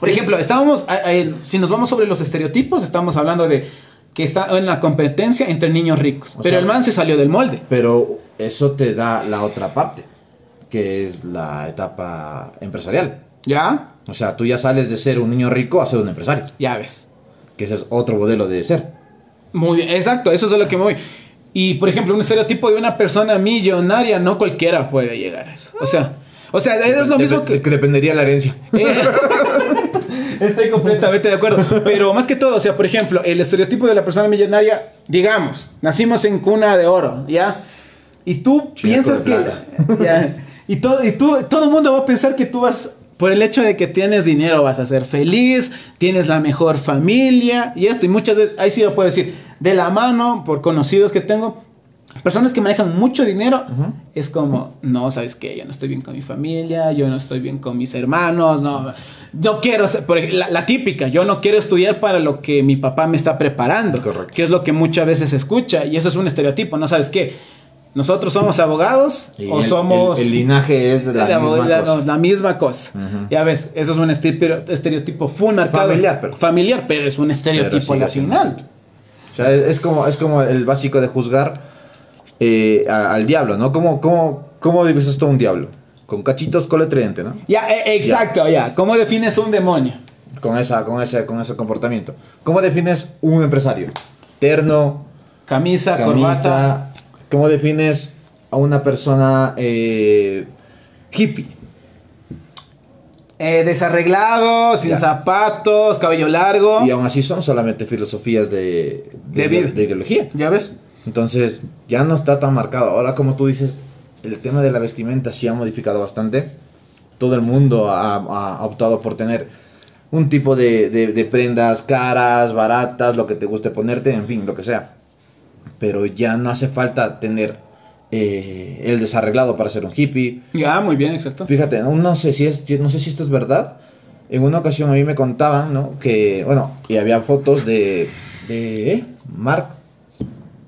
Por ejemplo, estábamos, a- a- si nos vamos sobre los estereotipos, estamos hablando de que está en la competencia entre niños ricos. O pero sea, el man se salió del molde. Pero eso te da la otra parte, que es la etapa empresarial. ¿Ya? O sea, tú ya sales de ser un niño rico a ser un empresario, Ya ves. que ese es otro modelo de ser. Muy bien, exacto, eso es a lo que me voy. Y por ejemplo, un estereotipo de una persona millonaria, no cualquiera puede llegar a eso. O sea, o sea, es lo Dep- mismo que... que dependería la herencia. Eh, Estoy completamente de acuerdo. Pero más que todo, o sea, por ejemplo, el estereotipo de la persona millonaria, digamos, nacimos en cuna de oro, ¿ya? Y tú Chico piensas de que... plata. ya, y todo, y tú, todo el mundo va a pensar que tú vas, por el hecho de que tienes dinero, vas a ser feliz, tienes la mejor familia y esto. Y muchas veces, ahí sí lo puedo decir, de la mano, por conocidos que tengo, personas que manejan mucho dinero, Ujú. es como, no, ¿sabes qué? Yo no estoy bien con mi familia, yo no estoy bien con mis hermanos, no, no quiero, ser- por ej- la, la típica, yo no quiero estudiar para lo que mi papá me está preparando, Correcto. que es lo que muchas veces se escucha y eso es un estereotipo, ¿no? ¿Sabes qué? Nosotros somos abogados Y o el- somos... el, el linaje es de la, la, misma la- cosa. no, la misma cosa. Ujú. Ya ves, eso es un estere- estereotipo full marcado. Familiar, pero- Familiar, pero es un estereotipo sigue siendo nacional. O sea, es, es como, es como el básico de juzgar eh, a- al diablo, ¿no? ¿Cómo, cómo, cómo divisas tú a un diablo? Con cachitos, cola y tridente, ¿no? Ya, e- exacto, ya. ¿Cómo defines un demonio? Con, esa, con, ese, con ese comportamiento. ¿Cómo defines un empresario? Terno, Camisa, corbata. camisa. ¿Cómo defines a una persona eh, hippie? Eh, desarreglado, sin Ya. zapatos, cabello largo. Y aún así son solamente filosofías de, De de- vida. de ideología. ¿Ya ves? Entonces, ya no está tan marcado. Ahora, como tú dices, el tema de la vestimenta sí ha modificado bastante. Todo el mundo ha, ha optado por tener un tipo de, de- de prendas caras, baratas, lo que te guste ponerte, en fin, lo que sea. Pero ya no hace falta tener eh, el desarreglado para ser un hippie. Ya, muy bien, exacto. Fíjate, no, no sé si es, no sé si esto es verdad. En una ocasión a mí me contaban, ¿no? Que, bueno, y había fotos de, de ¿eh? Mark,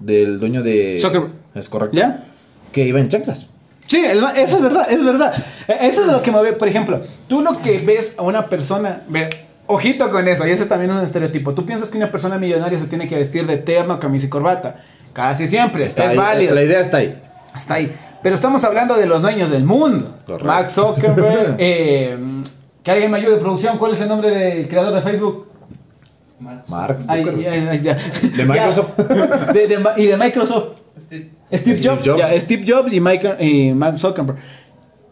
del dueño de... Zuckerberg. Es correcto. ¿Ya? Que iba en chanclas. Sí, el ma- eso es verdad, es verdad. Eh, Eso es lo que me ve. Por ejemplo, tú lo que ves a una persona. Ve, ojito con eso, y ese es también un estereotipo. Tú piensas que una persona millonaria se tiene que vestir de terno, camisa y corbata. Casi siempre, Está es ahí, válido. La idea está ahí. Hasta ahí. Pero estamos hablando de los dueños del mundo. Correcto. Mark Zuckerberg. eh, que alguien me ayude, producción. ¿Cuál es el nombre del creador de Facebook? Mark. Ay, Zuckerberg. ay, ay, ya. De Microsoft. Ya. De- de Ma- y de Microsoft. Este, Steve Steve Jobs. Jobs. ya, Steve Jobs y, Michael- y Mark Zuckerberg.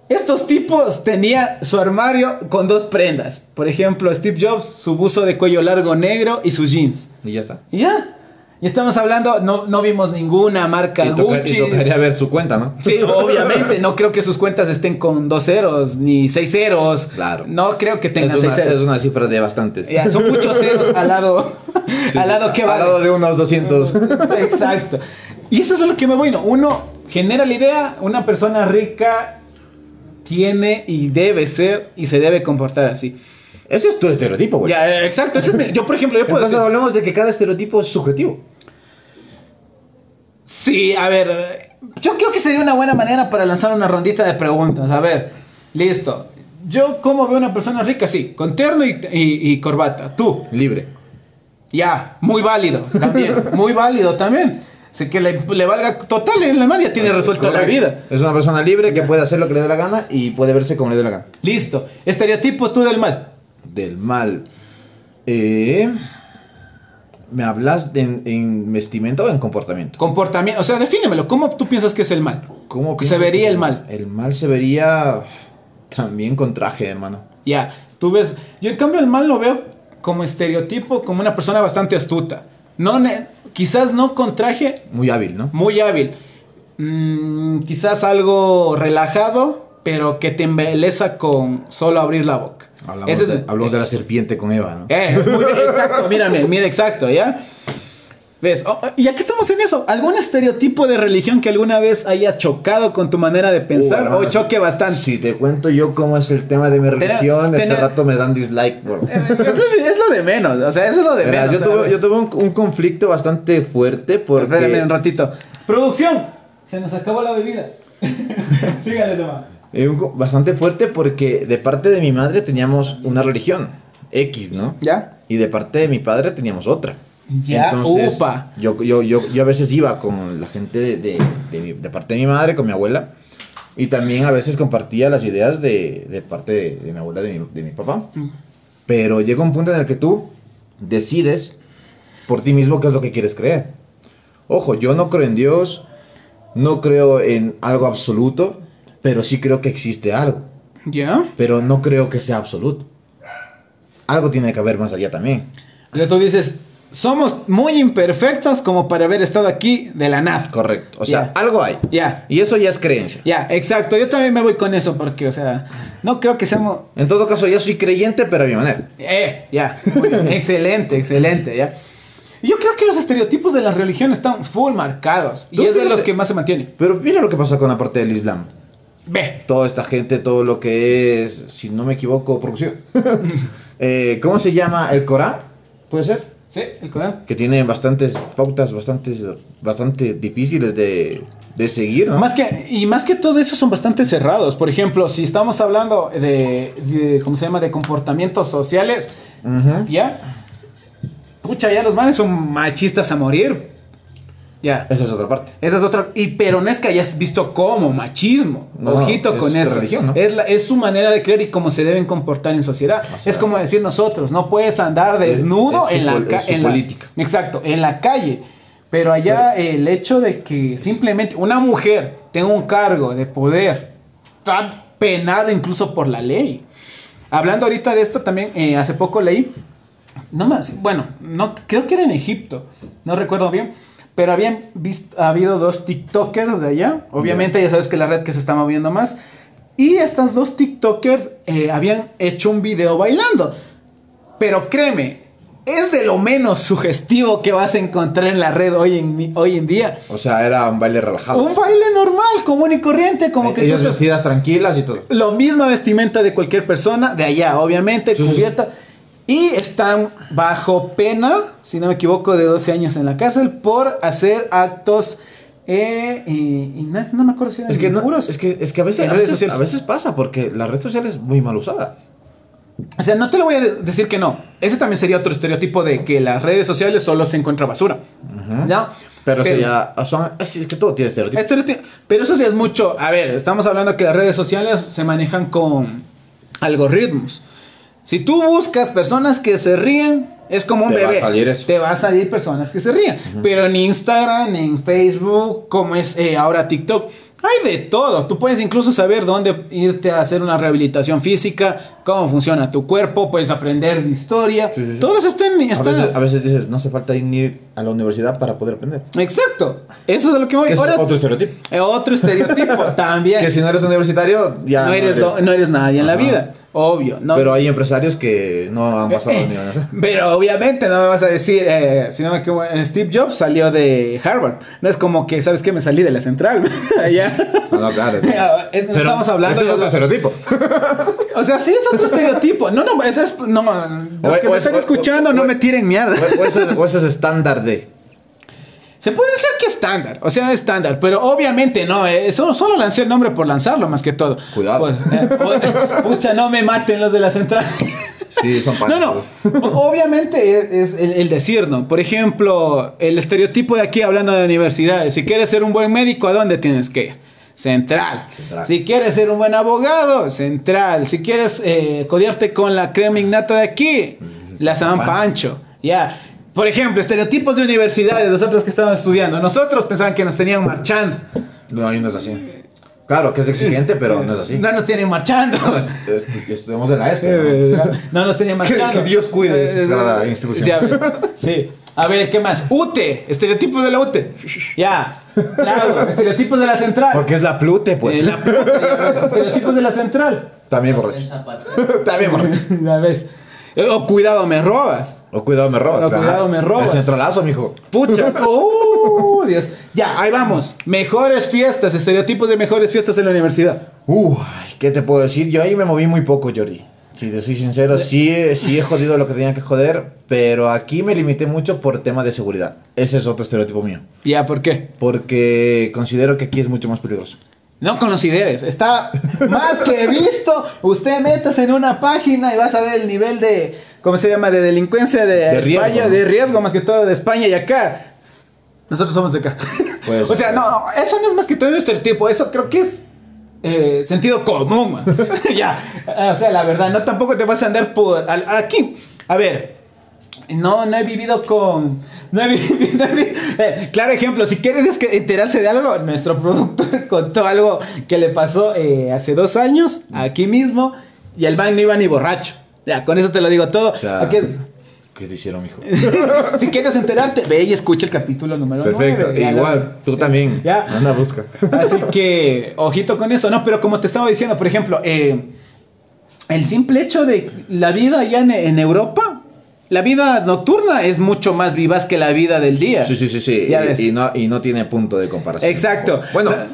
Estos tipos tenían su armario con dos prendas. Por ejemplo, Steve Jobs, su buzo de cuello largo negro y sus jeans. Y ya está. Y ya. Y estamos hablando, no, no vimos ninguna marca Y, toca- y Gucci. tocaría ver su cuenta, ¿no? Sí, obviamente, no creo que sus cuentas estén con dos ceros ni seis ceros. Claro. No creo que tengan es, una, seis ceros. es una cifra de bastantes. Ya, son muchos ceros al lado, Sí, al sí. lado que va. Al lado de unos 200. Exacto. Y eso es a lo que me voy. ¿no? Uno genera la idea, una persona rica tiene y debe ser y se debe comportar así. Ese es tu estereotipo, güey. Ya, eh, exacto. ese es mi- yo, por ejemplo, yo puedo Entonces decir- hablemos de que cada estereotipo es subjetivo. Sí, a ver. eh, Yo creo que sería una buena manera para lanzar una rondita de preguntas. A ver, listo. Yo, ¿cómo veo a una persona rica? Sí, con terno y, y- y corbata. Tú, Libre. ya, muy válido también. Muy válido también. Así que le, le valga total, en la ya tiene resuelta la Correcto. vida. Es una persona libre que puede hacer lo que le dé la gana y puede verse como le dé la gana. Listo. Estereotipo tú del mal. Del mal. Eh, ¿Me hablas de- en, en vestimenta o en comportamiento? Comportamiento. O sea, defínemelo. ¿Cómo tú piensas que es el mal? ¿Cómo se piensas vería que- el mal? El mal se vería también con traje, hermano. Ya. Tú ves. Yo en cambio el mal lo veo como estereotipo, como una persona bastante astuta. No, ne- quizás no con traje, Muy hábil, ¿no? muy hábil. Mm, quizás algo relajado, pero que te embeleza con solo abrir la boca. Hablamos, Ese es- de, hablamos de la serpiente con Eva, ¿no? Eh, muy bien, exacto, mírame, mira, exacto, ¿ya? ¿Ves? Oh, oh, ya que estamos en eso, ¿algún estereotipo de religión que alguna vez haya chocado con tu manera de Uh, pensar hermano, o choque bastante? Si te cuento yo cómo es el tema de mi religión, este tener- rato me dan dislike, bro. Eh, Es, lo- es lo de menos, o sea, eso es lo de Verás, menos. yo, o sea, tuve, yo tuve un, un conflicto bastante fuerte porque... Espérame un ratito. Producción, se nos acabó la bebida. Sígale nomás. Eh, un co- bastante fuerte porque de parte de mi madre teníamos una religión, X, ¿no? ¿Ya? Y de parte de mi padre teníamos otra. Ya, upa. Yo, yo, yo, yo a veces iba con la gente de, de, de mi- de parte de mi madre, con mi abuela. Y también a veces compartía las ideas de, de parte de, de mi abuela, de mi, de mi papá. Pero llega un punto en el que tú decides por ti mismo qué es lo que quieres creer. Ojo, yo no creo en Dios, no creo en algo absoluto, pero sí creo que existe algo. ¿Ya? Pero no creo que sea absoluto. Algo tiene que haber más allá también. O sea, tú dices, somos muy imperfectos como para haber estado aquí de la nada. Correcto. O sea, Ya. algo hay. Ya. Y eso ya es creencia. Ya, exacto. Yo también me voy con eso porque, o sea, no creo que seamos... En todo caso, yo soy creyente, pero a mi manera. Eh, ya. Muy bien. excelente, excelente, ya. Y Yo creo que los estereotipos de la religión están full marcados. Y Tú es de los fíjate. que más se mantiene. Pero mira lo que pasa con la parte del Islam. Ve. Toda esta gente, todo lo que es, si no me equivoco, producción. Eh, ¿Cómo se llama? ¿El Corán? ¿Puede ser? Sí, el Corán. Que tiene bastantes pautas, bastantes, bastante difíciles de, de seguir, ¿no? Más que, y más que todo eso son bastante cerrados. Por ejemplo, si estamos hablando de, de- ¿cómo se llama? De comportamientos sociales, Ujú. ya. Pucha, ya los manes son machistas a morir. Ya. Esa es otra parte. Esa es otra. Y peronesca ya es visto como machismo. No, Ojito es con su eso. religión, ¿no? es, la- es su manera de creer y cómo se deben comportar en sociedad. O sea, es como decir nosotros, no puedes andar es- desnudo es su en, la, pol- ca- es su en la- política. Exacto, en la calle. Pero allá el hecho de que simplemente una mujer tenga un cargo de poder tan penado incluso por la ley. Hablando ahorita de esto también, eh, hace poco leí no más, bueno, no, creo que era en Egipto, no recuerdo bien, pero habían visto, ha habido dos TikTokers de allá, obviamente ya sabes que la red que se está moviendo más, y estas dos TikTokers eh, habían hecho un video bailando, pero créeme, es de lo menos sugestivo que vas a encontrar en la red hoy en, mi- hoy en día. O sea, era un baile relajado. Un baile normal, común y corriente, como que Ellas tú te- vestidas tranquilas y todo. lo misma vestimenta de cualquier persona de allá, obviamente, Sí, sí, sí. cubierta. Y están bajo pena, si no me equivoco, de 12 años en la cárcel por hacer actos. eh, y, y na- no me acuerdo si eran Es que, no, impuros. es, que, es que a veces, En a redes veces, sociales. a veces pasa porque la red social es muy mal usada. O sea, no te lo voy a de- decir que no. Ese también sería otro estereotipo de que las redes sociales solo se encuentra basura. ¿Ya? Pero, sería. Son, es, es que todo tiene estereotipos. Estereotipo- Pero eso sí es mucho. A ver, estamos hablando que las redes sociales se manejan con algoritmos. Si tú buscas personas que se ríen, es como un Te va bebé. a salir eso. Te va a salir personas que se ríen. Pero en Instagram, en Facebook, como es eh, ahora TikTok, Hay de todo. Tú puedes incluso saber dónde irte a hacer una rehabilitación física, cómo funciona tu cuerpo, puedes aprender de historia. Sí, sí, sí. Todo eso está en... A está- veces, a veces dices, no hace falta ir ni a la universidad para poder aprender. Exacto. Eso es a lo que voy. Que es Ahora- otro estereotipo. Eh, otro estereotipo también. Que si no eres universitario, ya. no, eres, te- do- no eres nadie en la Ajá. vida. Obvio. No, Pero hay empresarios que no han pasado ni a la universidad. Pero obviamente no me vas a decir, eh, si no me equivoco, eh, Steve Jobs salió de Harvard. No es como que, ¿sabes qué? Me salí de la central. allá. Ah, No, no, claro. sí. Mira, es- no Pero estamos hablando ese de- es otro estereotipo. O sea, sí es otro estereotipo. No, no, eso es. No, los O- que o me es- están o- e, escuchando o- no o- me tiren mierda. O, e. o eso es, o eso es estándar de. Se puede decir que estándar, o sea, estándar, pero obviamente no, eh, solo, solo lancé el nombre por lanzarlo más que todo. Cuidado. Pues, eh, o- pucha, no me maten los de la central. Sí, son No, panas, no, obviamente es, es el, el decir, ¿no? Por ejemplo, el estereotipo de aquí hablando de universidades, si quieres ser un buen médico, ¿a dónde tienes que ir? Central. Central. Si quieres ser un buen abogado, central. Si quieres eh, codearte con la crema innata de aquí, la San Mm, Pancho. Pancho. Ya. Por ejemplo, estereotipos de universidades, nosotros que estábamos estudiando, nosotros pensaban que nos tenían marchando. No, ahí no es así. Claro, que es exigente, pero no es así. No nos tienen marchando. Estu- Estuvimos en la ESPE. ¿no? Eh, no nos tenía Que- marchando. que Dios cuide Eh, cada eh, institución. ya ves. Sí. A ver, ¿qué más? UTE, estereotipos de la UTE. Ya, claro, estereotipos de la central. Porque es la plute, pues. Eh, la puta, ya ves, estereotipos de la central. También El borracho. zapato. También borracho. Ya ves. Eh, O cuidado, me robas. O Oh, cuidado, me robas. O claro. Oh, cuidado, me robas. El centralazo, mijo. Pucha. Uh, Dios. Ya, ahí vamos. Mejores fiestas, estereotipos de mejores fiestas en la universidad. Uy, ¿qué te puedo decir? Yo ahí me moví muy poco, Jordi. Si te soy sincero, sí, he- sí he jodido lo que tenía que joder, pero aquí me limité mucho por tema de seguridad. Ese es otro estereotipo mío. Ya, ¿por qué? Porque considero que aquí es mucho más peligroso. No consideres, está más que visto. Usted metas en una página y vas a ver el nivel de, ¿cómo se llama? De delincuencia de, De riesgo, España, ¿no? de riesgo más que todo de España y acá. Nosotros somos de acá. Pues, o sea, no, no, eso no es más que todo estereotipo, eso creo que es eh, sentido común. man. ya, o sea, la verdad, no tampoco te vas a andar por al- aquí. A ver, no, no he vivido con. No he vivido. no he vi- eh, claro ejemplo, si quieres es que enterarse de algo, nuestro productor contó algo que le pasó eh, hace dos años, aquí mismo, y el man no iba ni borracho. Ya, con eso te lo digo todo. O sea, Aquí- ¿Qué te hicieron, mijo? si quieres enterarte, ve y escucha el capítulo número Perfecto, nueve. Ya, igual, tú también. Ya. Anda, busca. Así que, ojito con eso, ¿no? Pero como te estaba diciendo, por ejemplo, eh, el simple hecho de la vida allá en, en Europa, la vida nocturna es mucho más vivaz que la vida del día. Sí, sí, sí, sí. Ya y, ves. y no, y no tiene punto de comparación. Exacto. Bueno, La-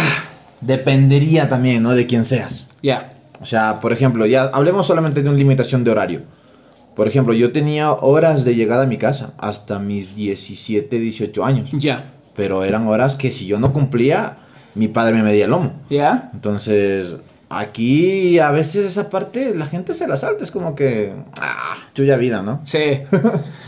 ah, dependería también, ¿no? De quién seas. Ya. O sea, por ejemplo, ya hablemos solamente de una limitación de horario. Por ejemplo, yo tenía horas de llegada a mi casa hasta mis 17, 18 años. Ya. Pero eran horas que si yo no cumplía, mi padre me medía el lomo. Ya. Entonces, aquí a veces esa parte la gente se la salta. Es como que, ah, chulla vida, ¿no? Sí.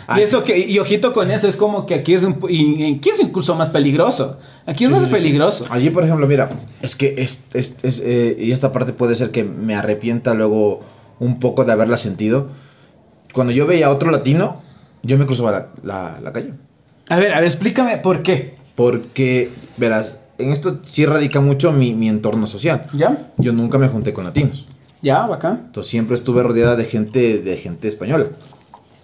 Ah. Y eso que, y ojito con eso, es como que aquí es un, pu- y- y aquí es incluso más peligroso. Aquí es Sí, más sí, sí. peligroso. Allí, por ejemplo, mira, es que es, es- es, eh, y esta parte puede ser que me arrepienta luego un poco de haberla sentido. Cuando yo veía a otro latino, yo me cruzaba la, la- la calle. A ver, a ver, explícame por qué. Porque, verás, en esto sí radica mucho mi, mi entorno social. ¿Ya? Yo nunca me junté con latinos. Ya, bacán. Entonces siempre estuve rodeada de gente, de gente española.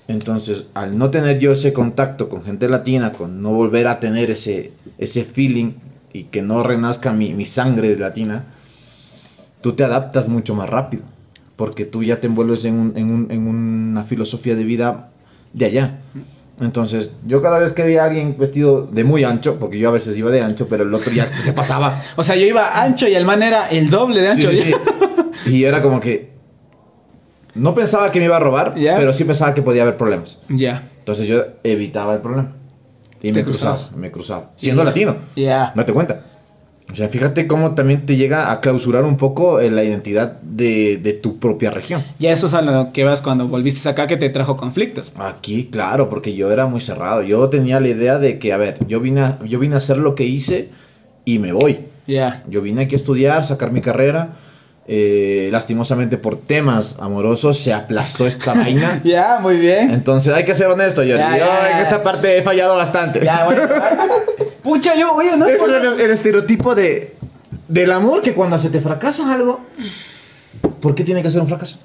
Entonces, al no tener yo ese contacto con gente latina, con no volver a tener ese, ese feeling y que no renazca mi, mi sangre latina, tú te adaptas mucho más rápido. Porque tú ya te envuelves en, un- en un- en una filosofía de vida de allá. Entonces, yo cada vez que veía a alguien vestido de muy ancho, porque yo a veces iba de ancho, pero el otro ya se pasaba. O sea, yo iba ancho y el man era el doble de ancho. Sí, sí, sí. Y era como que. No pensaba que me iba a robar, Ya. pero sí pensaba que podía haber problemas. Ya. Entonces yo evitaba el problema. Y me Te cruzaba, cruzabas. me cruzaba. Siendo latino. Ya. No te cuenta. O sea, fíjate cómo también te llega a clausurar un poco en la identidad de, de tu propia región. Ya eso es a lo que vas cuando volviste acá que te trajo conflictos. Aquí, claro, porque yo era muy cerrado. Yo tenía la idea de que, a ver, yo vine a, yo vine a hacer lo que hice y me voy. Ya. Yo vine aquí a estudiar, sacar mi carrera. eh, lastimosamente por temas amorosos se aplazó esta vaina. Ya, muy bien. Entonces hay que ser honesto, Jordi. Ya, Yo ya, en ya. esta parte he fallado bastante. Ya, bueno. Pucha, yo, oye, no. Ese por- es el, el estereotipo de, del amor que cuando se te fracasa algo, ¿por qué tiene que ser un fracaso?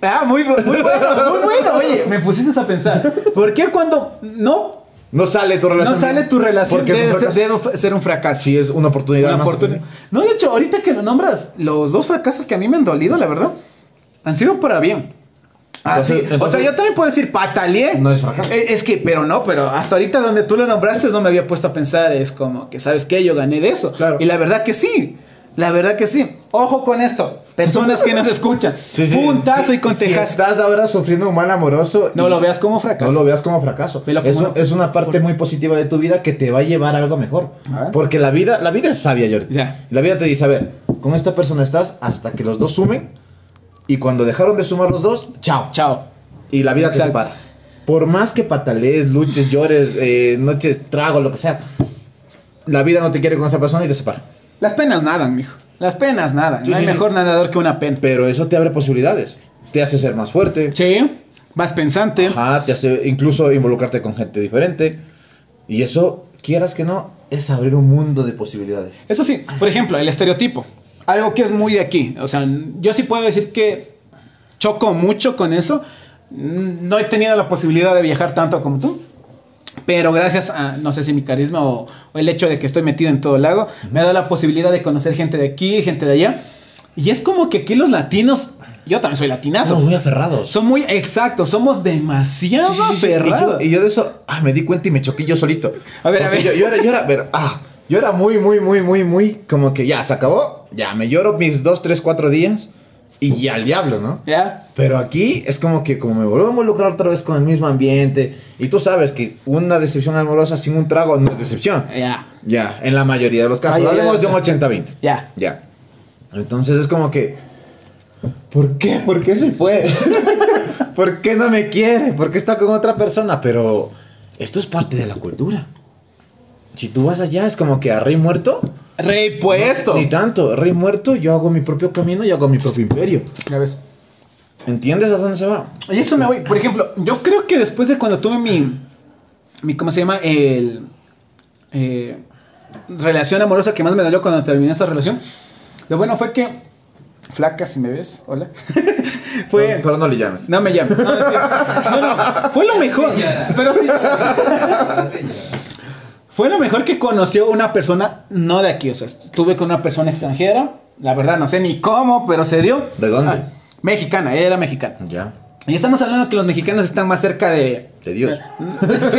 Ah, muy, bu- muy bueno, muy bueno. Oye, me pusiste a pensar. ¿Por qué cuando no, No sale tu no relación. sale tu relación Porque es un debe, ser- fracaso. debe ser un fracaso? Sí, es una oportunidad. Una más. oportunidad. No, de hecho, ahorita que lo nombras, los dos fracasos que a mí me han dolido, la verdad, han sido para bien. Ah, Entonces- sí. o sea, entonces- yo también puedo decir pataleé. No es fracaso. Eh, Es, que, pero no, pero hasta ahorita donde tú lo nombraste no me había puesto a pensar. Es como que, ¿sabes qué? Yo gané de eso. Claro. Y la verdad que sí. La verdad que sí. Ojo con esto. Personas que nos escuchan. Sí, sí, Puntazo sí, y con si tejas. estás ahora sufriendo un mal amoroso. No y- lo veas como No fracaso. lo veas como fracaso. Velo como Es, una- es una parte muy positiva de tu vida que te va a llevar a algo mejor. Ah. Porque la vida, la vida es sabia, Jordi. Ya. La vida te dice, a ver, con esta persona estás hasta que los dos sumen. Y cuando dejaron de sumar los dos, chao. Chao. Y la vida te Exacto. separa. Por más que patalees, luches, llores, eh, noches, trago, lo que sea. La vida no te quiere con esa persona y te separa. Las penas nadan, mijo. Las penas nadan. Sí, no hay sí, sí. mejor nadador que una pena. Pero eso te abre posibilidades. Te hace ser más fuerte. Sí. Vas pensante. Ajá, te hace incluso involucrarte con gente diferente. Y eso, quieras que no, es abrir un mundo de posibilidades. Eso sí, por ejemplo, el estereotipo. Algo que es muy de aquí. O sea, yo sí puedo decir que choco mucho con eso. Mm, No he tenido la posibilidad de viajar tanto como tú. Pero gracias a, no sé si mi carisma o, o el hecho de que estoy metido en todo lado, me ha dado la posibilidad de conocer gente de aquí, gente de allá. Y es como que aquí los latinos, yo también soy latinazo. Somos muy aferrados. Son muy exactos, somos demasiado Sí, sí, sí, sí. Y yo, aferrados. y yo de eso ah, me di cuenta y me choqué yo solito. A ver, a Porque ver. Yo, yo era, yo era, pero, ah, yo era muy, muy, muy, muy, muy como que ya se acabó. Ya me lloro mis dos, tres, cuatro días y ya al diablo, ¿no? ¿Ya? Pero aquí es como que como me vuelvo a involucrar otra vez con el mismo ambiente y tú sabes que una decepción amorosa sin un trago no es decepción. Ya. Ya, en la mayoría de los casos. Mayoría Hablemos de de los un 80-20. Ya. Ya. Entonces es como que. ¿Por qué? ¿Por qué se fue? Pues, ¿Por qué no me quiere? ¿Por qué está con otra persona? Pero esto es parte de la cultura. Si tú vas allá, es como que a rey muerto. Rey puesto. Ni tanto. Rey muerto, yo hago mi propio camino y hago mi propio imperio. Ya ves. ¿Entiendes a dónde se va? Y eso me voy. Por ejemplo, yo creo que después de cuando tuve mi. mi ¿Cómo se llama? El. eh, relación amorosa que más me dolió cuando terminé esa relación. Lo bueno fue que. Flaca, si me ves, hola. fue. Pero, pero no le llames. No me llames. No, mentira. No, no, Fue lo mejor. Señora. Pero sí. Señora. Fue lo mejor que conoció una persona no de aquí. O sea, estuve con una persona extranjera. La verdad, no sé ni cómo, pero se dio. Ah, ¿De dónde? mexicana, ella era mexicana. Ya. Y estamos hablando que los mexicanos están más cerca de. De Dios. Sí.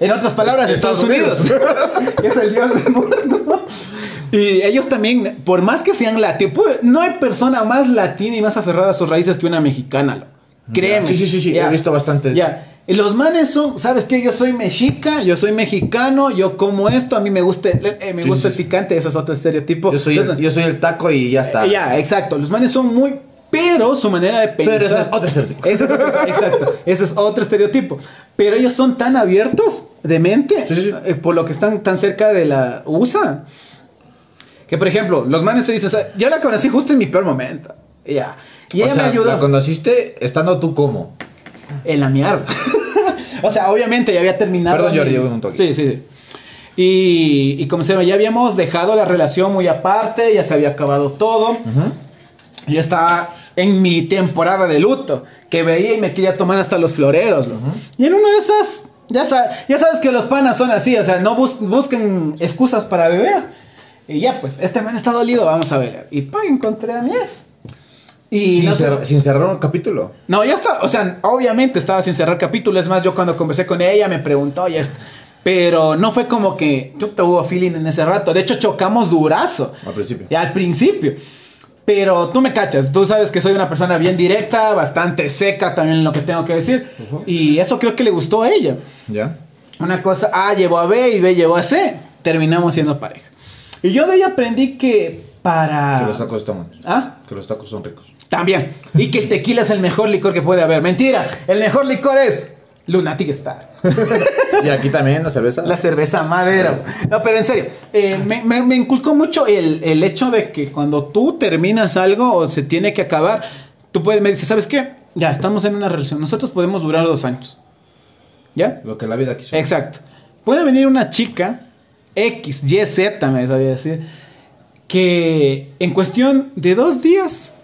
En otras palabras, Estados, Unidos. Estados es el Dios del mundo. Y ellos también, por más que sean latinos, no hay persona más latina y más aferrada a sus raíces que una mexicana. loco. Créeme. Sí, sí, sí, sí, he visto bastante. Ya. Y los manes son, ¿sabes qué? Yo soy mexica, yo soy mexicano, yo como esto, a mí me gusta, eh, me Sí, gusta sí, el picante, eso es otro estereotipo. Yo soy, el, Entonces, yo soy el taco y ya está. eh, Ya, exacto. Los manes son muy. Pero su manera de Pero pensar. ese es otro estereotipo. Ese es otro- exacto. Ese es otro estereotipo. Pero ellos son tan abiertos de mente. Sí, sí, sí. eh, Por lo que están tan cerca de la USA. Que por ejemplo, los manes te dicen. "Sa- Yo la conocí justo en mi peor momento. Y Ya. Y O ella sea, me ayudó La conociste estando tú como. en la mierda. o sea, obviamente ya había terminado. Perdón, mi- Jordi, yo un toque. Sí, sí, sí. Y, y como se llama, ya habíamos dejado la relación muy aparte, ya se había acabado todo. Yo estaba en mi temporada de luto, que veía y me quería tomar hasta los floreros. ¿no? Y en una de esas, ya, sa- ya sabes que los panas son así, o sea, no bus- buscan excusas para beber. Y ya, pues, este man está dolido, vamos a ver. Y pa, encontré a mi ex. Y sin, no sé- cer- sin cerrar un capítulo. no, ya está, o sea, obviamente estaba sin cerrar capítulo, es más, yo cuando conversé con ella me preguntó, ya está. Pero no fue como que yo hubo feeling en ese rato, de hecho chocamos durazo. Al principio. Ya al principio. Pero tú me cachas, tú sabes que soy una persona bien directa, bastante seca también en lo que tengo que decir. Y eso creo que le gustó a ella. Ya. Una cosa A llevó a B y B llevó a C. Terminamos siendo pareja. Y yo de ella aprendí que para... Que los tacos están buenos. ¿Ah? Que los tacos son ricos. También. Y que el tequila es el mejor licor que puede haber. Mentira. El mejor licor es Lunatic Star. Y aquí también la cerveza. La cerveza madera. No, pero en serio. eh, me, me- me inculcó mucho el, el hecho de que cuando tú terminas algo o se tiene que acabar, tú puedes, me dices, ¿sabes qué? Ya, estamos en una relación. Nosotros podemos durar dos años. ¿Ya? Lo que la vida quiso. Exacto. puede venir una chica, X, Y, Z, me sabía decir, que en cuestión de dos días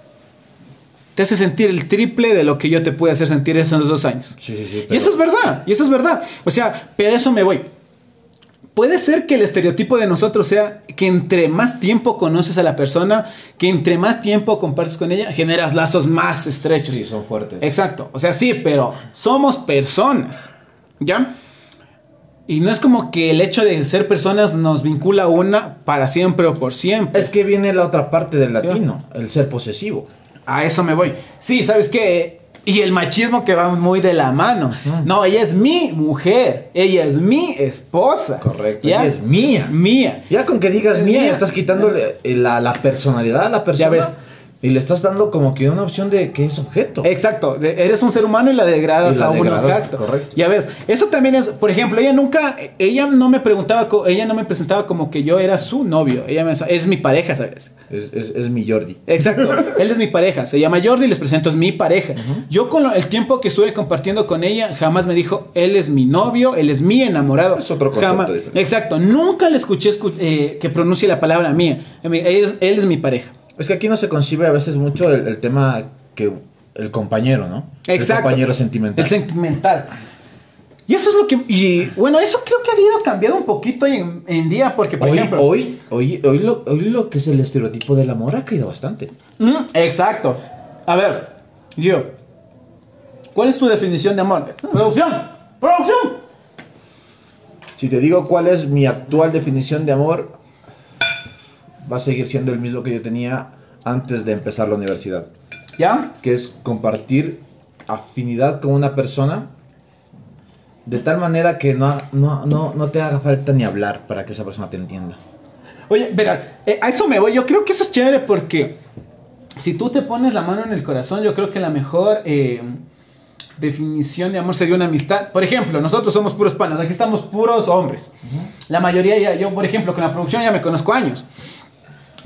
te hace sentir el triple de lo que yo te pude hacer sentir eso en los dos años. Sí, sí, sí. Y pero- eso es verdad, y eso es verdad. O sea, pero eso me voy. Puede ser que el estereotipo de nosotros sea que entre más tiempo conoces a la persona, que entre más tiempo compartes con ella, generas lazos más estrechos. Sí, son fuertes. Exacto. O sea, sí, pero somos personas. ¿Ya? Y no es como que el hecho de ser personas nos vincula a una para siempre o por siempre. Es que viene la otra parte del latino, el ser posesivo. A eso me voy. Sí, ¿sabes qué? Y el machismo que va muy de la mano. No, ella es mi mujer. Ella es mi esposa. Correcto, ¿Ya? ella es mía. Mía. Ya con que digas Es mía, mía. estás quitándole eh, la, la personalidad a la persona. ves. Y le estás dando como que una opción de que es objeto. Exacto. de- eres un ser humano y la degradas Y la a un degradas, objeto. correcto. Ya ves. Eso también es, por ejemplo, ella nunca, ella no me preguntaba, co- ella no me presentaba como que yo era su novio. Ella me decía, es mi pareja, ¿sabes? Es, es- es mi Jordi. Exacto. Él es mi pareja. Se llama Jordi y les presento, es mi pareja. Yo con lo- el tiempo que estuve compartiendo con ella, jamás me dijo, él es mi novio, él es mi enamorado. Es otro concepto Jamás- diferente. Exacto. Nunca le escuché escu- eh, que pronuncie la palabra mía. Él, es- él es mi pareja. Es que aquí no se concibe a veces mucho el, el tema que el compañero, ¿no? Exacto. El compañero sentimental. El sentimental. Y eso es lo que... Y bueno, eso creo que ha ido cambiado un poquito hoy en, en día, porque por hoy, ejemplo... hoy, hoy, hoy lo, hoy lo que es el estereotipo del amor ha caído bastante. Mm, exacto. A ver, yo. ¿Cuál es tu definición de amor? Producción. Producción. Si te digo cuál es mi actual definición de amor, va a seguir siendo el mismo que yo tenía antes de empezar la universidad. ¿Ya? que es compartir afinidad con una persona de tal manera que no, no, no, no te haga falta ni hablar para que esa persona te entienda. Oye, verá, eh, a eso me voy. Yo creo que eso es chévere porque si tú te pones la mano en el corazón, yo creo que la mejor eh, definición de amor sería una amistad. Por ejemplo, nosotros somos puros panas, aquí estamos puros hombres. La mayoría ya, yo por ejemplo, con la producción ya me conozco años.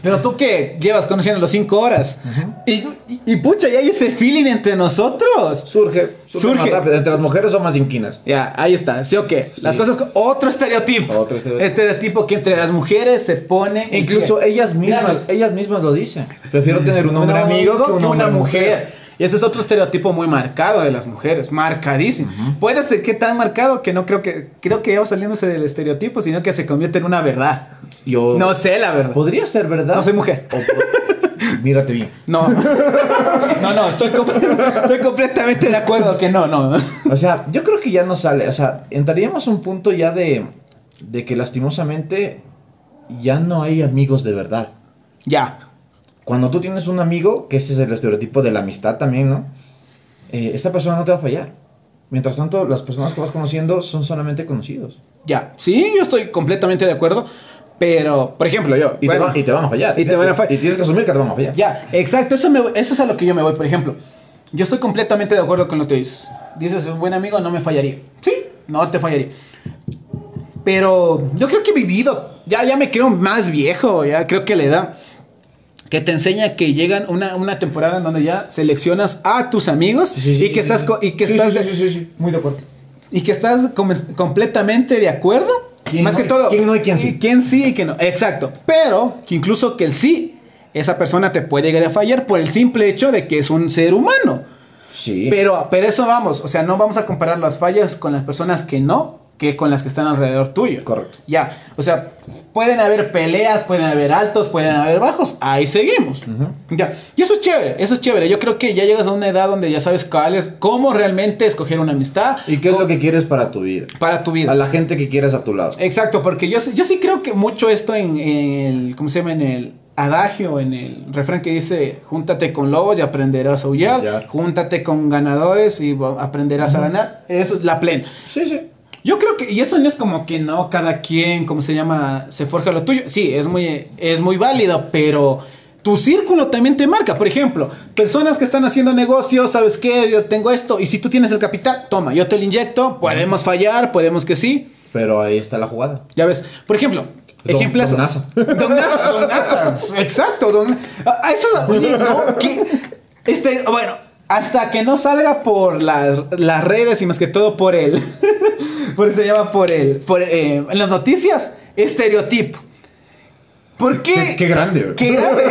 Pero tú que llevas conociendo los cinco horas y, y- y pucha, ya hay ese feeling entre nosotros. Surge, surge, Surge. más rápido. Entre las mujeres son más inquinas. Ya, ahí está, ¿sí o qué? Las Sí. cosas. co- Otro estereotipo. Otro estereotipo. que entre las mujeres se pone. Incluso ellas mismas, E Gracias. Mm. ellas mismas lo dicen. Prefiero tener un hombre No, amigo que, que un hombre una mujer. Y ese es otro estereotipo muy marcado de las mujeres, marcadísimo. Puede ser que tan marcado que no creo que creo que ya va saliéndose del estereotipo, sino que se convierte en una verdad. Yo No sé la verdad. podría ser verdad. No soy mujer. O po- Mírate bien. No. No, no, estoy, com- estoy completamente de acuerdo que no, no. O sea, yo creo que ya no sale. O sea, entraríamos a un punto ya de, de que lastimosamente ya no hay amigos de verdad. Ya. cuando tú tienes un amigo, que ese es el estereotipo de la amistad también, ¿no? Eh, esta persona no te va a fallar. Mientras tanto, las personas que vas conociendo son solamente conocidos. Ya. Sí, yo estoy completamente de acuerdo, pero por ejemplo, yo Y, bueno, te, va- y te van a fallar. Y te van a fallar. Y tienes que asumir que te van a fallar. Ya, exacto, eso, me, eso es a lo que yo me voy. Por ejemplo, yo estoy completamente de acuerdo con lo que dices. Dices, un buen amigo no me fallaría. Sí, no te fallaría. Pero yo creo que he vivido, ya, ya me creo más viejo, ya creo que la edad que te enseña que llegan una, una temporada en donde ya seleccionas a tus amigos Sí, sí, sí, y que sí, estás sí. co- y que Sí, estás sí, de- sí, sí, sí, muy de acuerdo. y que estás com- completamente de acuerdo. ¿Quién Más no que y- todo. quién no y quién sí? Quién sí y quién no. Exacto. Pero que incluso que el sí, esa persona te puede llegar a fallar por el simple hecho de que es un ser humano. Sí. Pero, pero eso vamos. O sea, no vamos a comparar las fallas con las personas que no que con las que están alrededor tuyo. Correcto. Ya. O sea, pueden haber peleas, pueden haber altos, pueden haber bajos. Ahí seguimos. Ujú. Ya. Y eso es chévere, eso es chévere. Yo creo que ya llegas a una edad donde ya sabes cuál es, cómo realmente escoger una amistad. ¿Y qué es cómo- lo que quieres para tu vida? para tu vida. A la gente que quieres a tu lado. Exacto, porque yo, sí- yo sí creo que mucho esto en, el, ¿cómo se llama? En el adagio, en el refrán que dice, júntate con lobos y aprenderás a huyar, Huyar. júntate con ganadores y va- aprenderás a ganar, eso es la plena. Sí, sí. Yo creo que, y eso no es como que no, cada quien, ¿cómo se llama? Se forja lo tuyo. Sí, es muy, es muy válido, pero tu círculo también te marca. Por ejemplo, personas que están haciendo negocios, ¿sabes qué? Yo tengo esto, y si tú tienes el capital, toma, yo te lo inyecto, podemos fallar, podemos que sí. Pero ahí está la jugada. Ya ves, por ejemplo, Don- ejemplos. don Nasa. Don Nasa, don Nasa. Exacto, don. A a eso, oye, no, que. Este, bueno, hasta que no salga por las, las redes y más que todo por el. Por eso se llama por el. Por, eh, en las noticias, estereotipo. ¿Por qué? Qué, qué grande. güey. qué grave.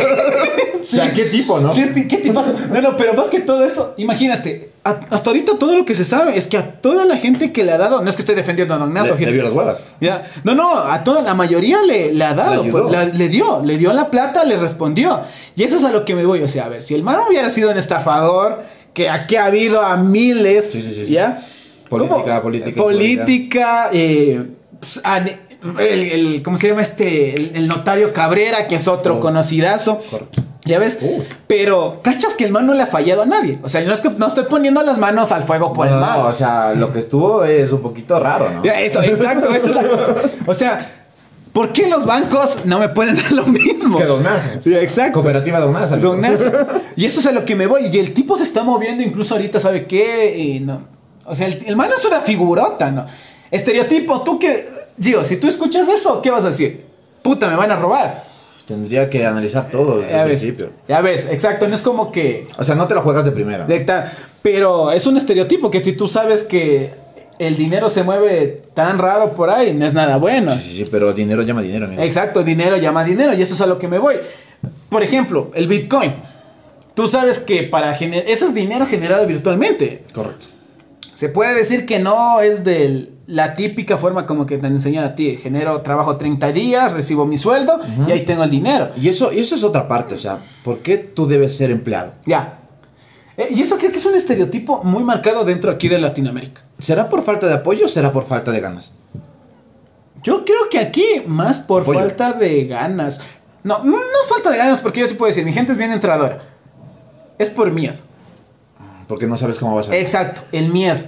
O sea, qué tipo, ¿no? ¿Qué te, qué te pasa? No, no, pero más que todo eso, imagínate, a- hasta ahorita todo lo que se sabe es que a toda la gente que le ha dado, no es que estoy defendiendo a Don Le, Ignacio, le gente. vio las huevas. Ya. No, no, a toda la mayoría le, le ha dado, Le pues, ayudó. la- le dio, le dio la plata, le respondió. Y eso es a lo que me voy, o sea, a ver, si el man hubiera sido un estafador, que aquí ha habido a miles, Sí, sí, sí, sí. ¿ya? Política, ¿Cómo? Eh, política, Política, eh, pues, ane- el, el- ¿cómo se llama este? El, el notario Cabrera, que es otro Oh. conocidazo. Correcto. Ya ves, Uy. pero cachas que el man no le ha fallado a nadie. O sea, no es que no estoy poniendo las manos al fuego por el No, mal. o sea, lo que estuvo es un poquito raro, ¿no? Ya, Eso, exacto, esa es la cosa. O sea, ¿por qué los bancos no me pueden dar lo mismo? Que Don Nasa. Ya, Exacto. Cooperativa Don Nasa. Don Nasa. Y eso es a lo que me voy. Y el tipo se está moviendo incluso ahorita, ¿sabe qué? Eh, no. O sea, el, el man es una figurota, ¿no? Estereotipo, tú que... Digo, si tú escuchas eso, ¿qué vas a decir? Puta, me van a robar. Tendría que analizar todo desde Ya el ves, principio. ya ves, exacto. No es como que... O sea, no te la juegas de primera. de tal. Pero es un estereotipo que si tú sabes que el dinero se mueve tan raro por ahí, no es nada bueno. Sí, sí, sí, pero dinero llama dinero, amigo. Exacto, dinero llama dinero y eso es a lo que me voy. Por ejemplo, el Bitcoin. Tú sabes que para generar... Ese es dinero generado virtualmente. Correcto. Se puede decir que no es de la típica forma como que te enseñan a ti. Genero, trabajo 30 días, recibo mi sueldo y ahí tengo el dinero. Y eso, y eso es otra parte, o sea, ¿por qué tú debes ser empleado? Ya. Eh, y eso creo que es un estereotipo muy marcado dentro aquí de Latinoamérica. ¿Será por falta de apoyo o será por falta de ganas? Yo creo que aquí más por Apoyo. falta de ganas. No, no falta de ganas porque yo sí puedo decir, mi gente es bien entradora. Es por miedo. Porque no sabes cómo vas a... Exacto, el miedo.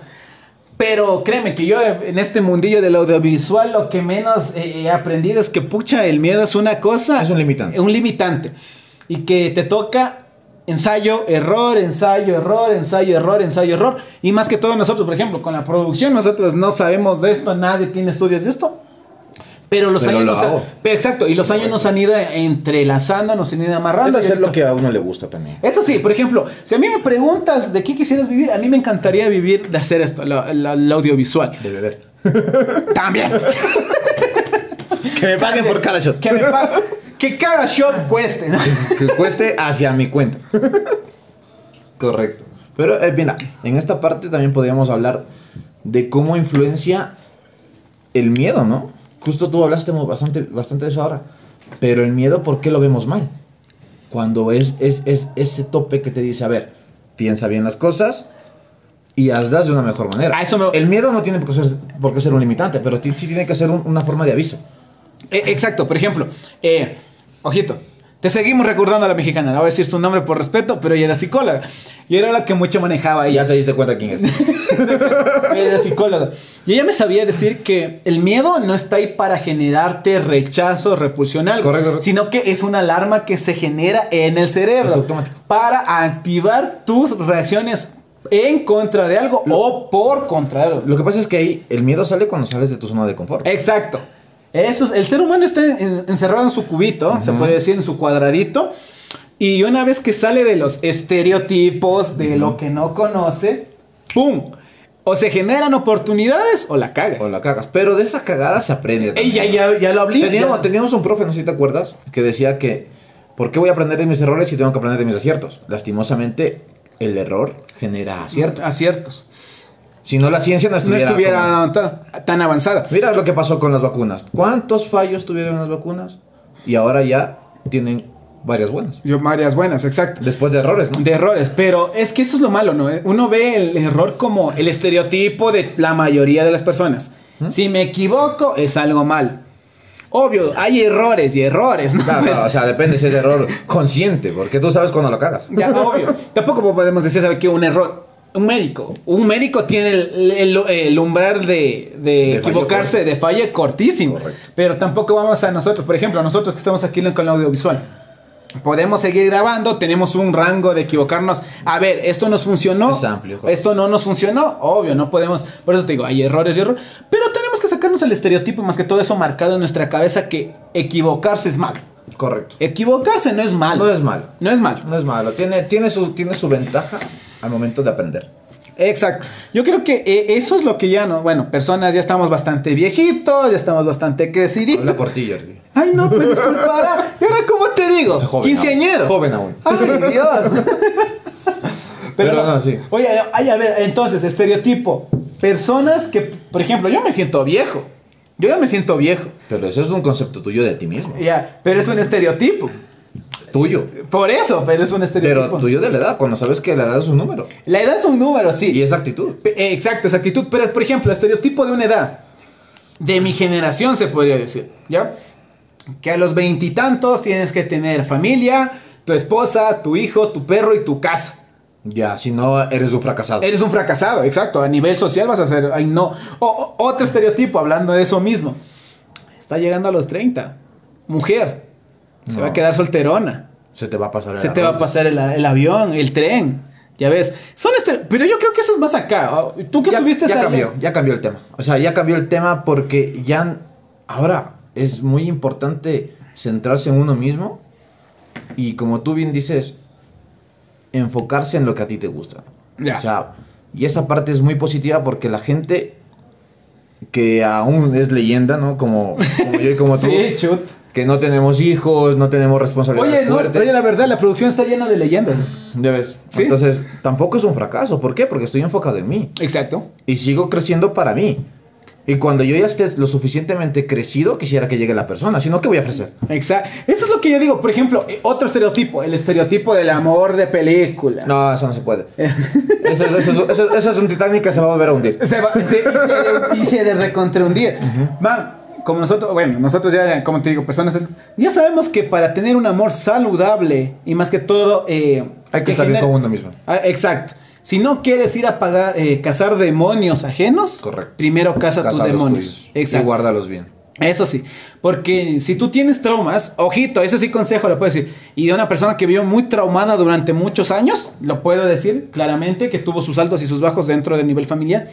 Pero créeme que yo eh, en este mundillo del audiovisual lo que menos eh, he aprendido es que pucha, el miedo es una cosa. Es un limitante. Un limitante. Y que te toca ensayo, error, ensayo, error, ensayo, error, ensayo, error. Y más que todo nosotros, por ejemplo, con la producción, nosotros no sabemos de esto, nadie tiene estudios de esto. Pero los Pero años lo nos han- hago. pero exacto, y los años nos han ido entrelazando, nos han ido amarrando. Eso y es ahorita- lo que a uno le gusta también. eso sí, por ejemplo, si a mí me preguntas de qué quisieras vivir, a mí me encantaría vivir de hacer esto, la- la- el audiovisual. De beber. También. Que me paguen por cada shot. Que, me pa- que cada shot cueste. ¿no? que cueste hacia mi cuenta. Correcto. Pero eh, mira, en esta parte también podríamos hablar de cómo influencia el miedo, ¿no? Justo tú hablaste mu- bastante, bastante de eso ahora. Pero el miedo, ¿por qué lo vemos mal? Cuando es, es, es ese tope que te dice, a ver, piensa bien las cosas y hazlas de una mejor manera. A eso me- El miedo no tiene por qué ser, por qué ser un limitante, pero ti- sí tiene que ser un- una forma de aviso. Eh, exacto, por ejemplo, eh, ojito, te seguimos recordando a la mexicana, no voy a decir su nombre por respeto, pero ella era psicóloga. Y era la que mucho manejaba Y ella. ya te diste cuenta quién es. Era psicóloga. Y ella me sabía decir que el miedo no está ahí para generarte rechazo, repulsión, algo, Correcto, correcto. sino que es una alarma que se genera en el cerebro Es automático. para activar tus reacciones en contra de algo o por contra de algo. Lo que pasa es que ahí el miedo sale cuando sales de tu zona de confort. Exacto. Eso es- el ser humano está en- encerrado en su cubito, se podría decir en su cuadradito, y una vez que sale de los estereotipos, de lo que no conoce, ¡pum! O se generan oportunidades o la cagas. O la cagas. Pero de esa cagada se aprende. Ey, también. ya, ya, ya lo hablé. Teníamos, ya. teníamos un profe, no sé si te acuerdas, que decía que ¿por qué voy a aprender de mis errores si tengo que aprender de mis aciertos? Lastimosamente, el error genera acierto. Aciertos. Si no, la ciencia no No estuviera. como- estuviera tan, tan avanzada. Mira lo que pasó con las vacunas. ¿Cuántos fallos tuvieron las vacunas? Y ahora ya tienen varias buenas. Yo, varias buenas, exacto. Después de errores, ¿no? De errores, pero es que eso es lo malo, ¿no? Uno ve el error como el estereotipo de la mayoría de las personas. Si me equivoco, es algo mal. Obvio, hay errores y errores, ¿no? Claro, claro, o sea, depende si es error consciente, porque tú sabes cuando lo cagas. Ya, obvio. Tampoco podemos decir, ¿sabe qué? Un error. Un médico. Un médico tiene el, el- el umbral de, de fallo equivocarse, corto. de falla cortísimo. Correcto. Pero tampoco vamos a nosotros, por ejemplo, nosotros que estamos aquí con el audiovisual. Podemos seguir grabando, tenemos un rango de equivocarnos. A ver, esto nos funcionó. Es amplio, correcto. Esto no nos funcionó. Obvio, no podemos. Por eso te digo, hay errores y errores. Pero tenemos que sacarnos el estereotipo, más que todo eso marcado en nuestra cabeza, que equivocarse es malo. Correcto. Equivocarse no es malo. No es malo. No es malo. No es malo, tiene, tiene, su, tiene su ventaja al momento de aprender. Exacto. Yo creo que eh, eso es lo que ya no. Bueno, personas ya estamos bastante viejitos, ya estamos bastante creciditos. Habla por ti, Jerry. Ay, no, pues disculpará. ¿Y ahora cómo te digo? Joven Quinceañero. aún, Joven aún. Ay, Dios. Pero no, sí. Oye, ay, a ver, entonces, estereotipo. Personas que, por ejemplo, yo me siento viejo. Yo ya me siento viejo. Pero eso es un concepto tuyo de ti mismo. Ya, pero es un estereotipo. Tuyo. Por eso, pero es un estereotipo. Pero tuyo de la edad, cuando sabes que la edad es un número. La edad es un número, sí. Y es actitud. Pe- eh, Exacto, esa actitud. Pero, por ejemplo, estereotipo de una edad. De mi generación, se podría decir. ¿Ya? Que a los veintitantos tienes que tener familia, tu esposa, tu hijo, tu perro y tu casa. Ya, si no, eres un fracasado. Eres un fracasado, exacto. A nivel social vas a ser. Ay, no. O- o- otro estereotipo, hablando de eso mismo. Está llegando a los 30. Mujer. Se No. va a quedar solterona. Se te va a pasar el Se te va a arroz. pasar el, el avión, el tren. Ya ves. Son estere- Pero yo creo que eso es más acá. Oh, Tú que ya, estuviste ya allá- cambió, ya cambió el tema. O sea, ya cambió el tema porque ya n- ahora es muy importante centrarse en uno mismo y como tú bien dices, enfocarse en lo que a ti te gusta. Ya. O sea, y esa parte es muy positiva porque la gente que aún es leyenda, ¿no? Como, como yo y como tú, Sí, chut. que no tenemos hijos, no tenemos responsabilidades Oye, no, fuertes. oye, la verdad, la producción está llena de leyendas. Ya ves. Sí. Entonces, tampoco es un fracaso. ¿Por qué? Porque estoy enfocado en mí Exacto. y sigo creciendo para mí. Y cuando yo ya esté lo suficientemente crecido, quisiera que llegue la persona, si no, ¿qué voy a ofrecer? Exacto. Eso es lo que yo digo. Por ejemplo, eh, otro estereotipo, el estereotipo del amor de película. No, eso no se puede. Eso, es- eso es- eso- eso es un Titanic que se va a volver a hundir. Se va- se- se- y se de recontrahundir. Man, como nosotros, bueno, nosotros ya, como te digo, personas, ya sabemos que para tener un amor saludable y más que todo... eh, Hay que estar bien genere- con uno mismo. Ah, exacto. Si no quieres ir a pagar, eh, cazar demonios ajenos, Correcto. primero caza Casa tus a los demonios. tuyos Y Exacto. guárdalos bien. Eso sí, porque si tú tienes traumas, ojito, eso sí consejo lo puedo decir, y de una persona que vivió muy traumada durante muchos años, lo puedo decir claramente, que tuvo sus altos y sus bajos dentro del nivel familiar,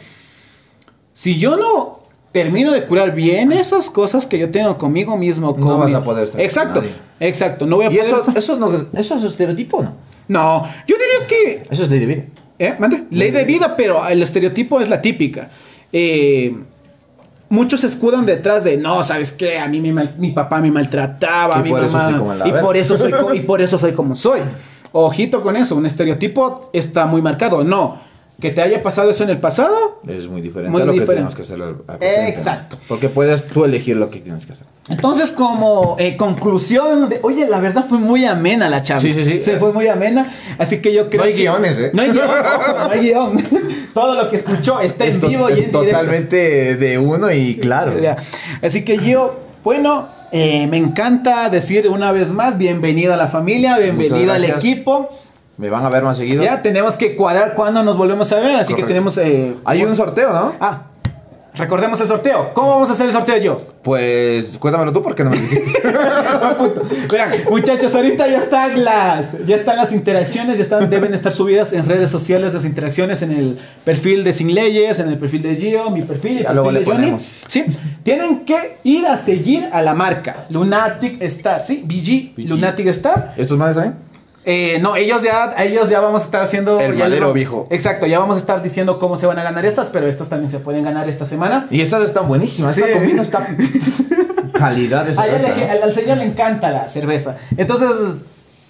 si yo no termino de curar bien esas cosas que yo tengo conmigo mismo, No con vas mi- a poder estar con Exacto, nadie. exacto, no voy a ¿Y poder... eso, estar- eso, no, eso es estereotipo o no? No, yo diría que Eso es ley de vida. ¿Eh? Mande. Ley de vida, pero el estereotipo es la típica. Eh, muchos se escudan detrás de, no, ¿sabes qué? A mí mi, mal- mi papá me maltrataba, Y mi por eso mamá- estoy como la y, verga". por eso soy co- y por eso soy como soy. Ojito con eso, un estereotipo está muy marcado. No, que te haya pasado eso en el pasado. Es muy diferente Muy a lo diferente. que tenemos que hacer al, al presente, ¿no? Exacto. Porque puedes tú elegir lo que tienes que hacer. Entonces, como eh, conclusión, de, oye, la verdad fue muy amena la charla. Sí, sí, sí. Se fue muy amena. Así que yo creo. hay que- guiones, ¿eh? No hay guión, ojo, no hay guión. Todo lo que escuchó está Es en to- vivo es y en directo. Totalmente de uno y claro. Ya. Así que yo, bueno, eh, me encanta decir una vez más, bienvenido a la familia, bienvenido al gracias. equipo. Me van a ver más seguido. Ya tenemos que cuadrar cuándo nos volvemos a ver, así Correcto. que tenemos... eh, Hay un sorteo, ¿no? Ah, recordemos el sorteo. ¿Cómo vamos a hacer el sorteo yo? Pues cuéntamelo tú porque no me lo dijiste. Verán, muchachos, ahorita ya están las, ya están las interacciones, ya están, deben estar subidas en redes sociales las interacciones en el perfil de Sin Leyes, en el perfil de Gio, mi perfil, el Ya perfil luego de le Johnny. ponemos. Sí, tienen que ir a seguir a la marca Lunatic Star, sí, BG, BG. Lunatic Star. ¿Estos manes también? Eh, no, ellos ya, ellos ya vamos a estar haciendo ya El les madero va- viejo. Exacto, ya vamos a estar diciendo cómo se van a ganar estas, pero estas también se pueden ganar esta semana. Y estas están buenísimas. Sí. Esta comida está calidad de Ah, ya cerveza, le- ¿no? al, al señor le encanta la cerveza. Entonces,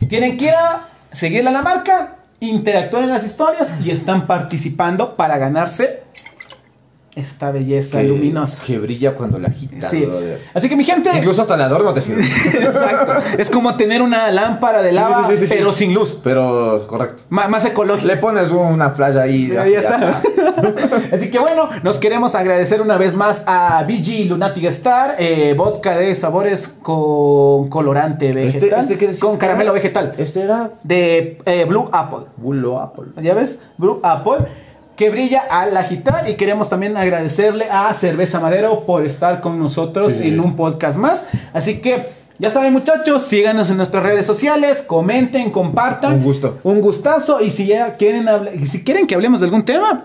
tienen que ir a seguirle a la marca, interactuar en las historias y están participando para ganarse esta belleza Que- luminosa. Que brilla cuando la agitas, Sí. brother. Así que mi gente, Incluso hasta el adorno te sirve. exacto, es como tener una lámpara de Sí, lava, sí, sí, sí, sí. pero sin luz, Pero correcto. ma- más ecológica. Le pones una playa ahí. Ahí ya está. Así que bueno, nos queremos agradecer una vez más a BG Lunatic Star, eh, vodka de sabores con colorante Este- vegetal, este, ¿qué decías con que caramelo era? vegetal. Este era de eh, Blue Apple. Bullo Apple. ¿Ya ves? Blue Apple que brilla al agitar y queremos también agradecerle a Cerveza Madero por estar con nosotros Sí, sí, en sí. un podcast más. Así que ya saben muchachos, síganos en nuestras redes sociales, comenten, compartan. Un gusto. Un gustazo y si ya quieren habla- y si quieren que hablemos de algún tema,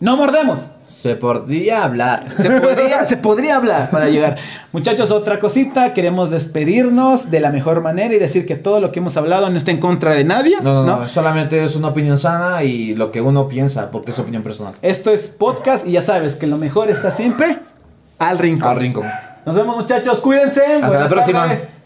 No mordemos. Se podría hablar. Se podría, se podría hablar para llegar. Muchachos, otra cosita. Queremos despedirnos de la mejor manera y decir que todo lo que hemos hablado no está en contra de nadie. No, no, no, solamente es una opinión sana y lo que uno piensa, porque es opinión personal. Esto es podcast y ya sabes que lo mejor está siempre al rincón. Al rincón. Nos vemos, muchachos. Cuídense. Hasta Buena la próxima. tarde.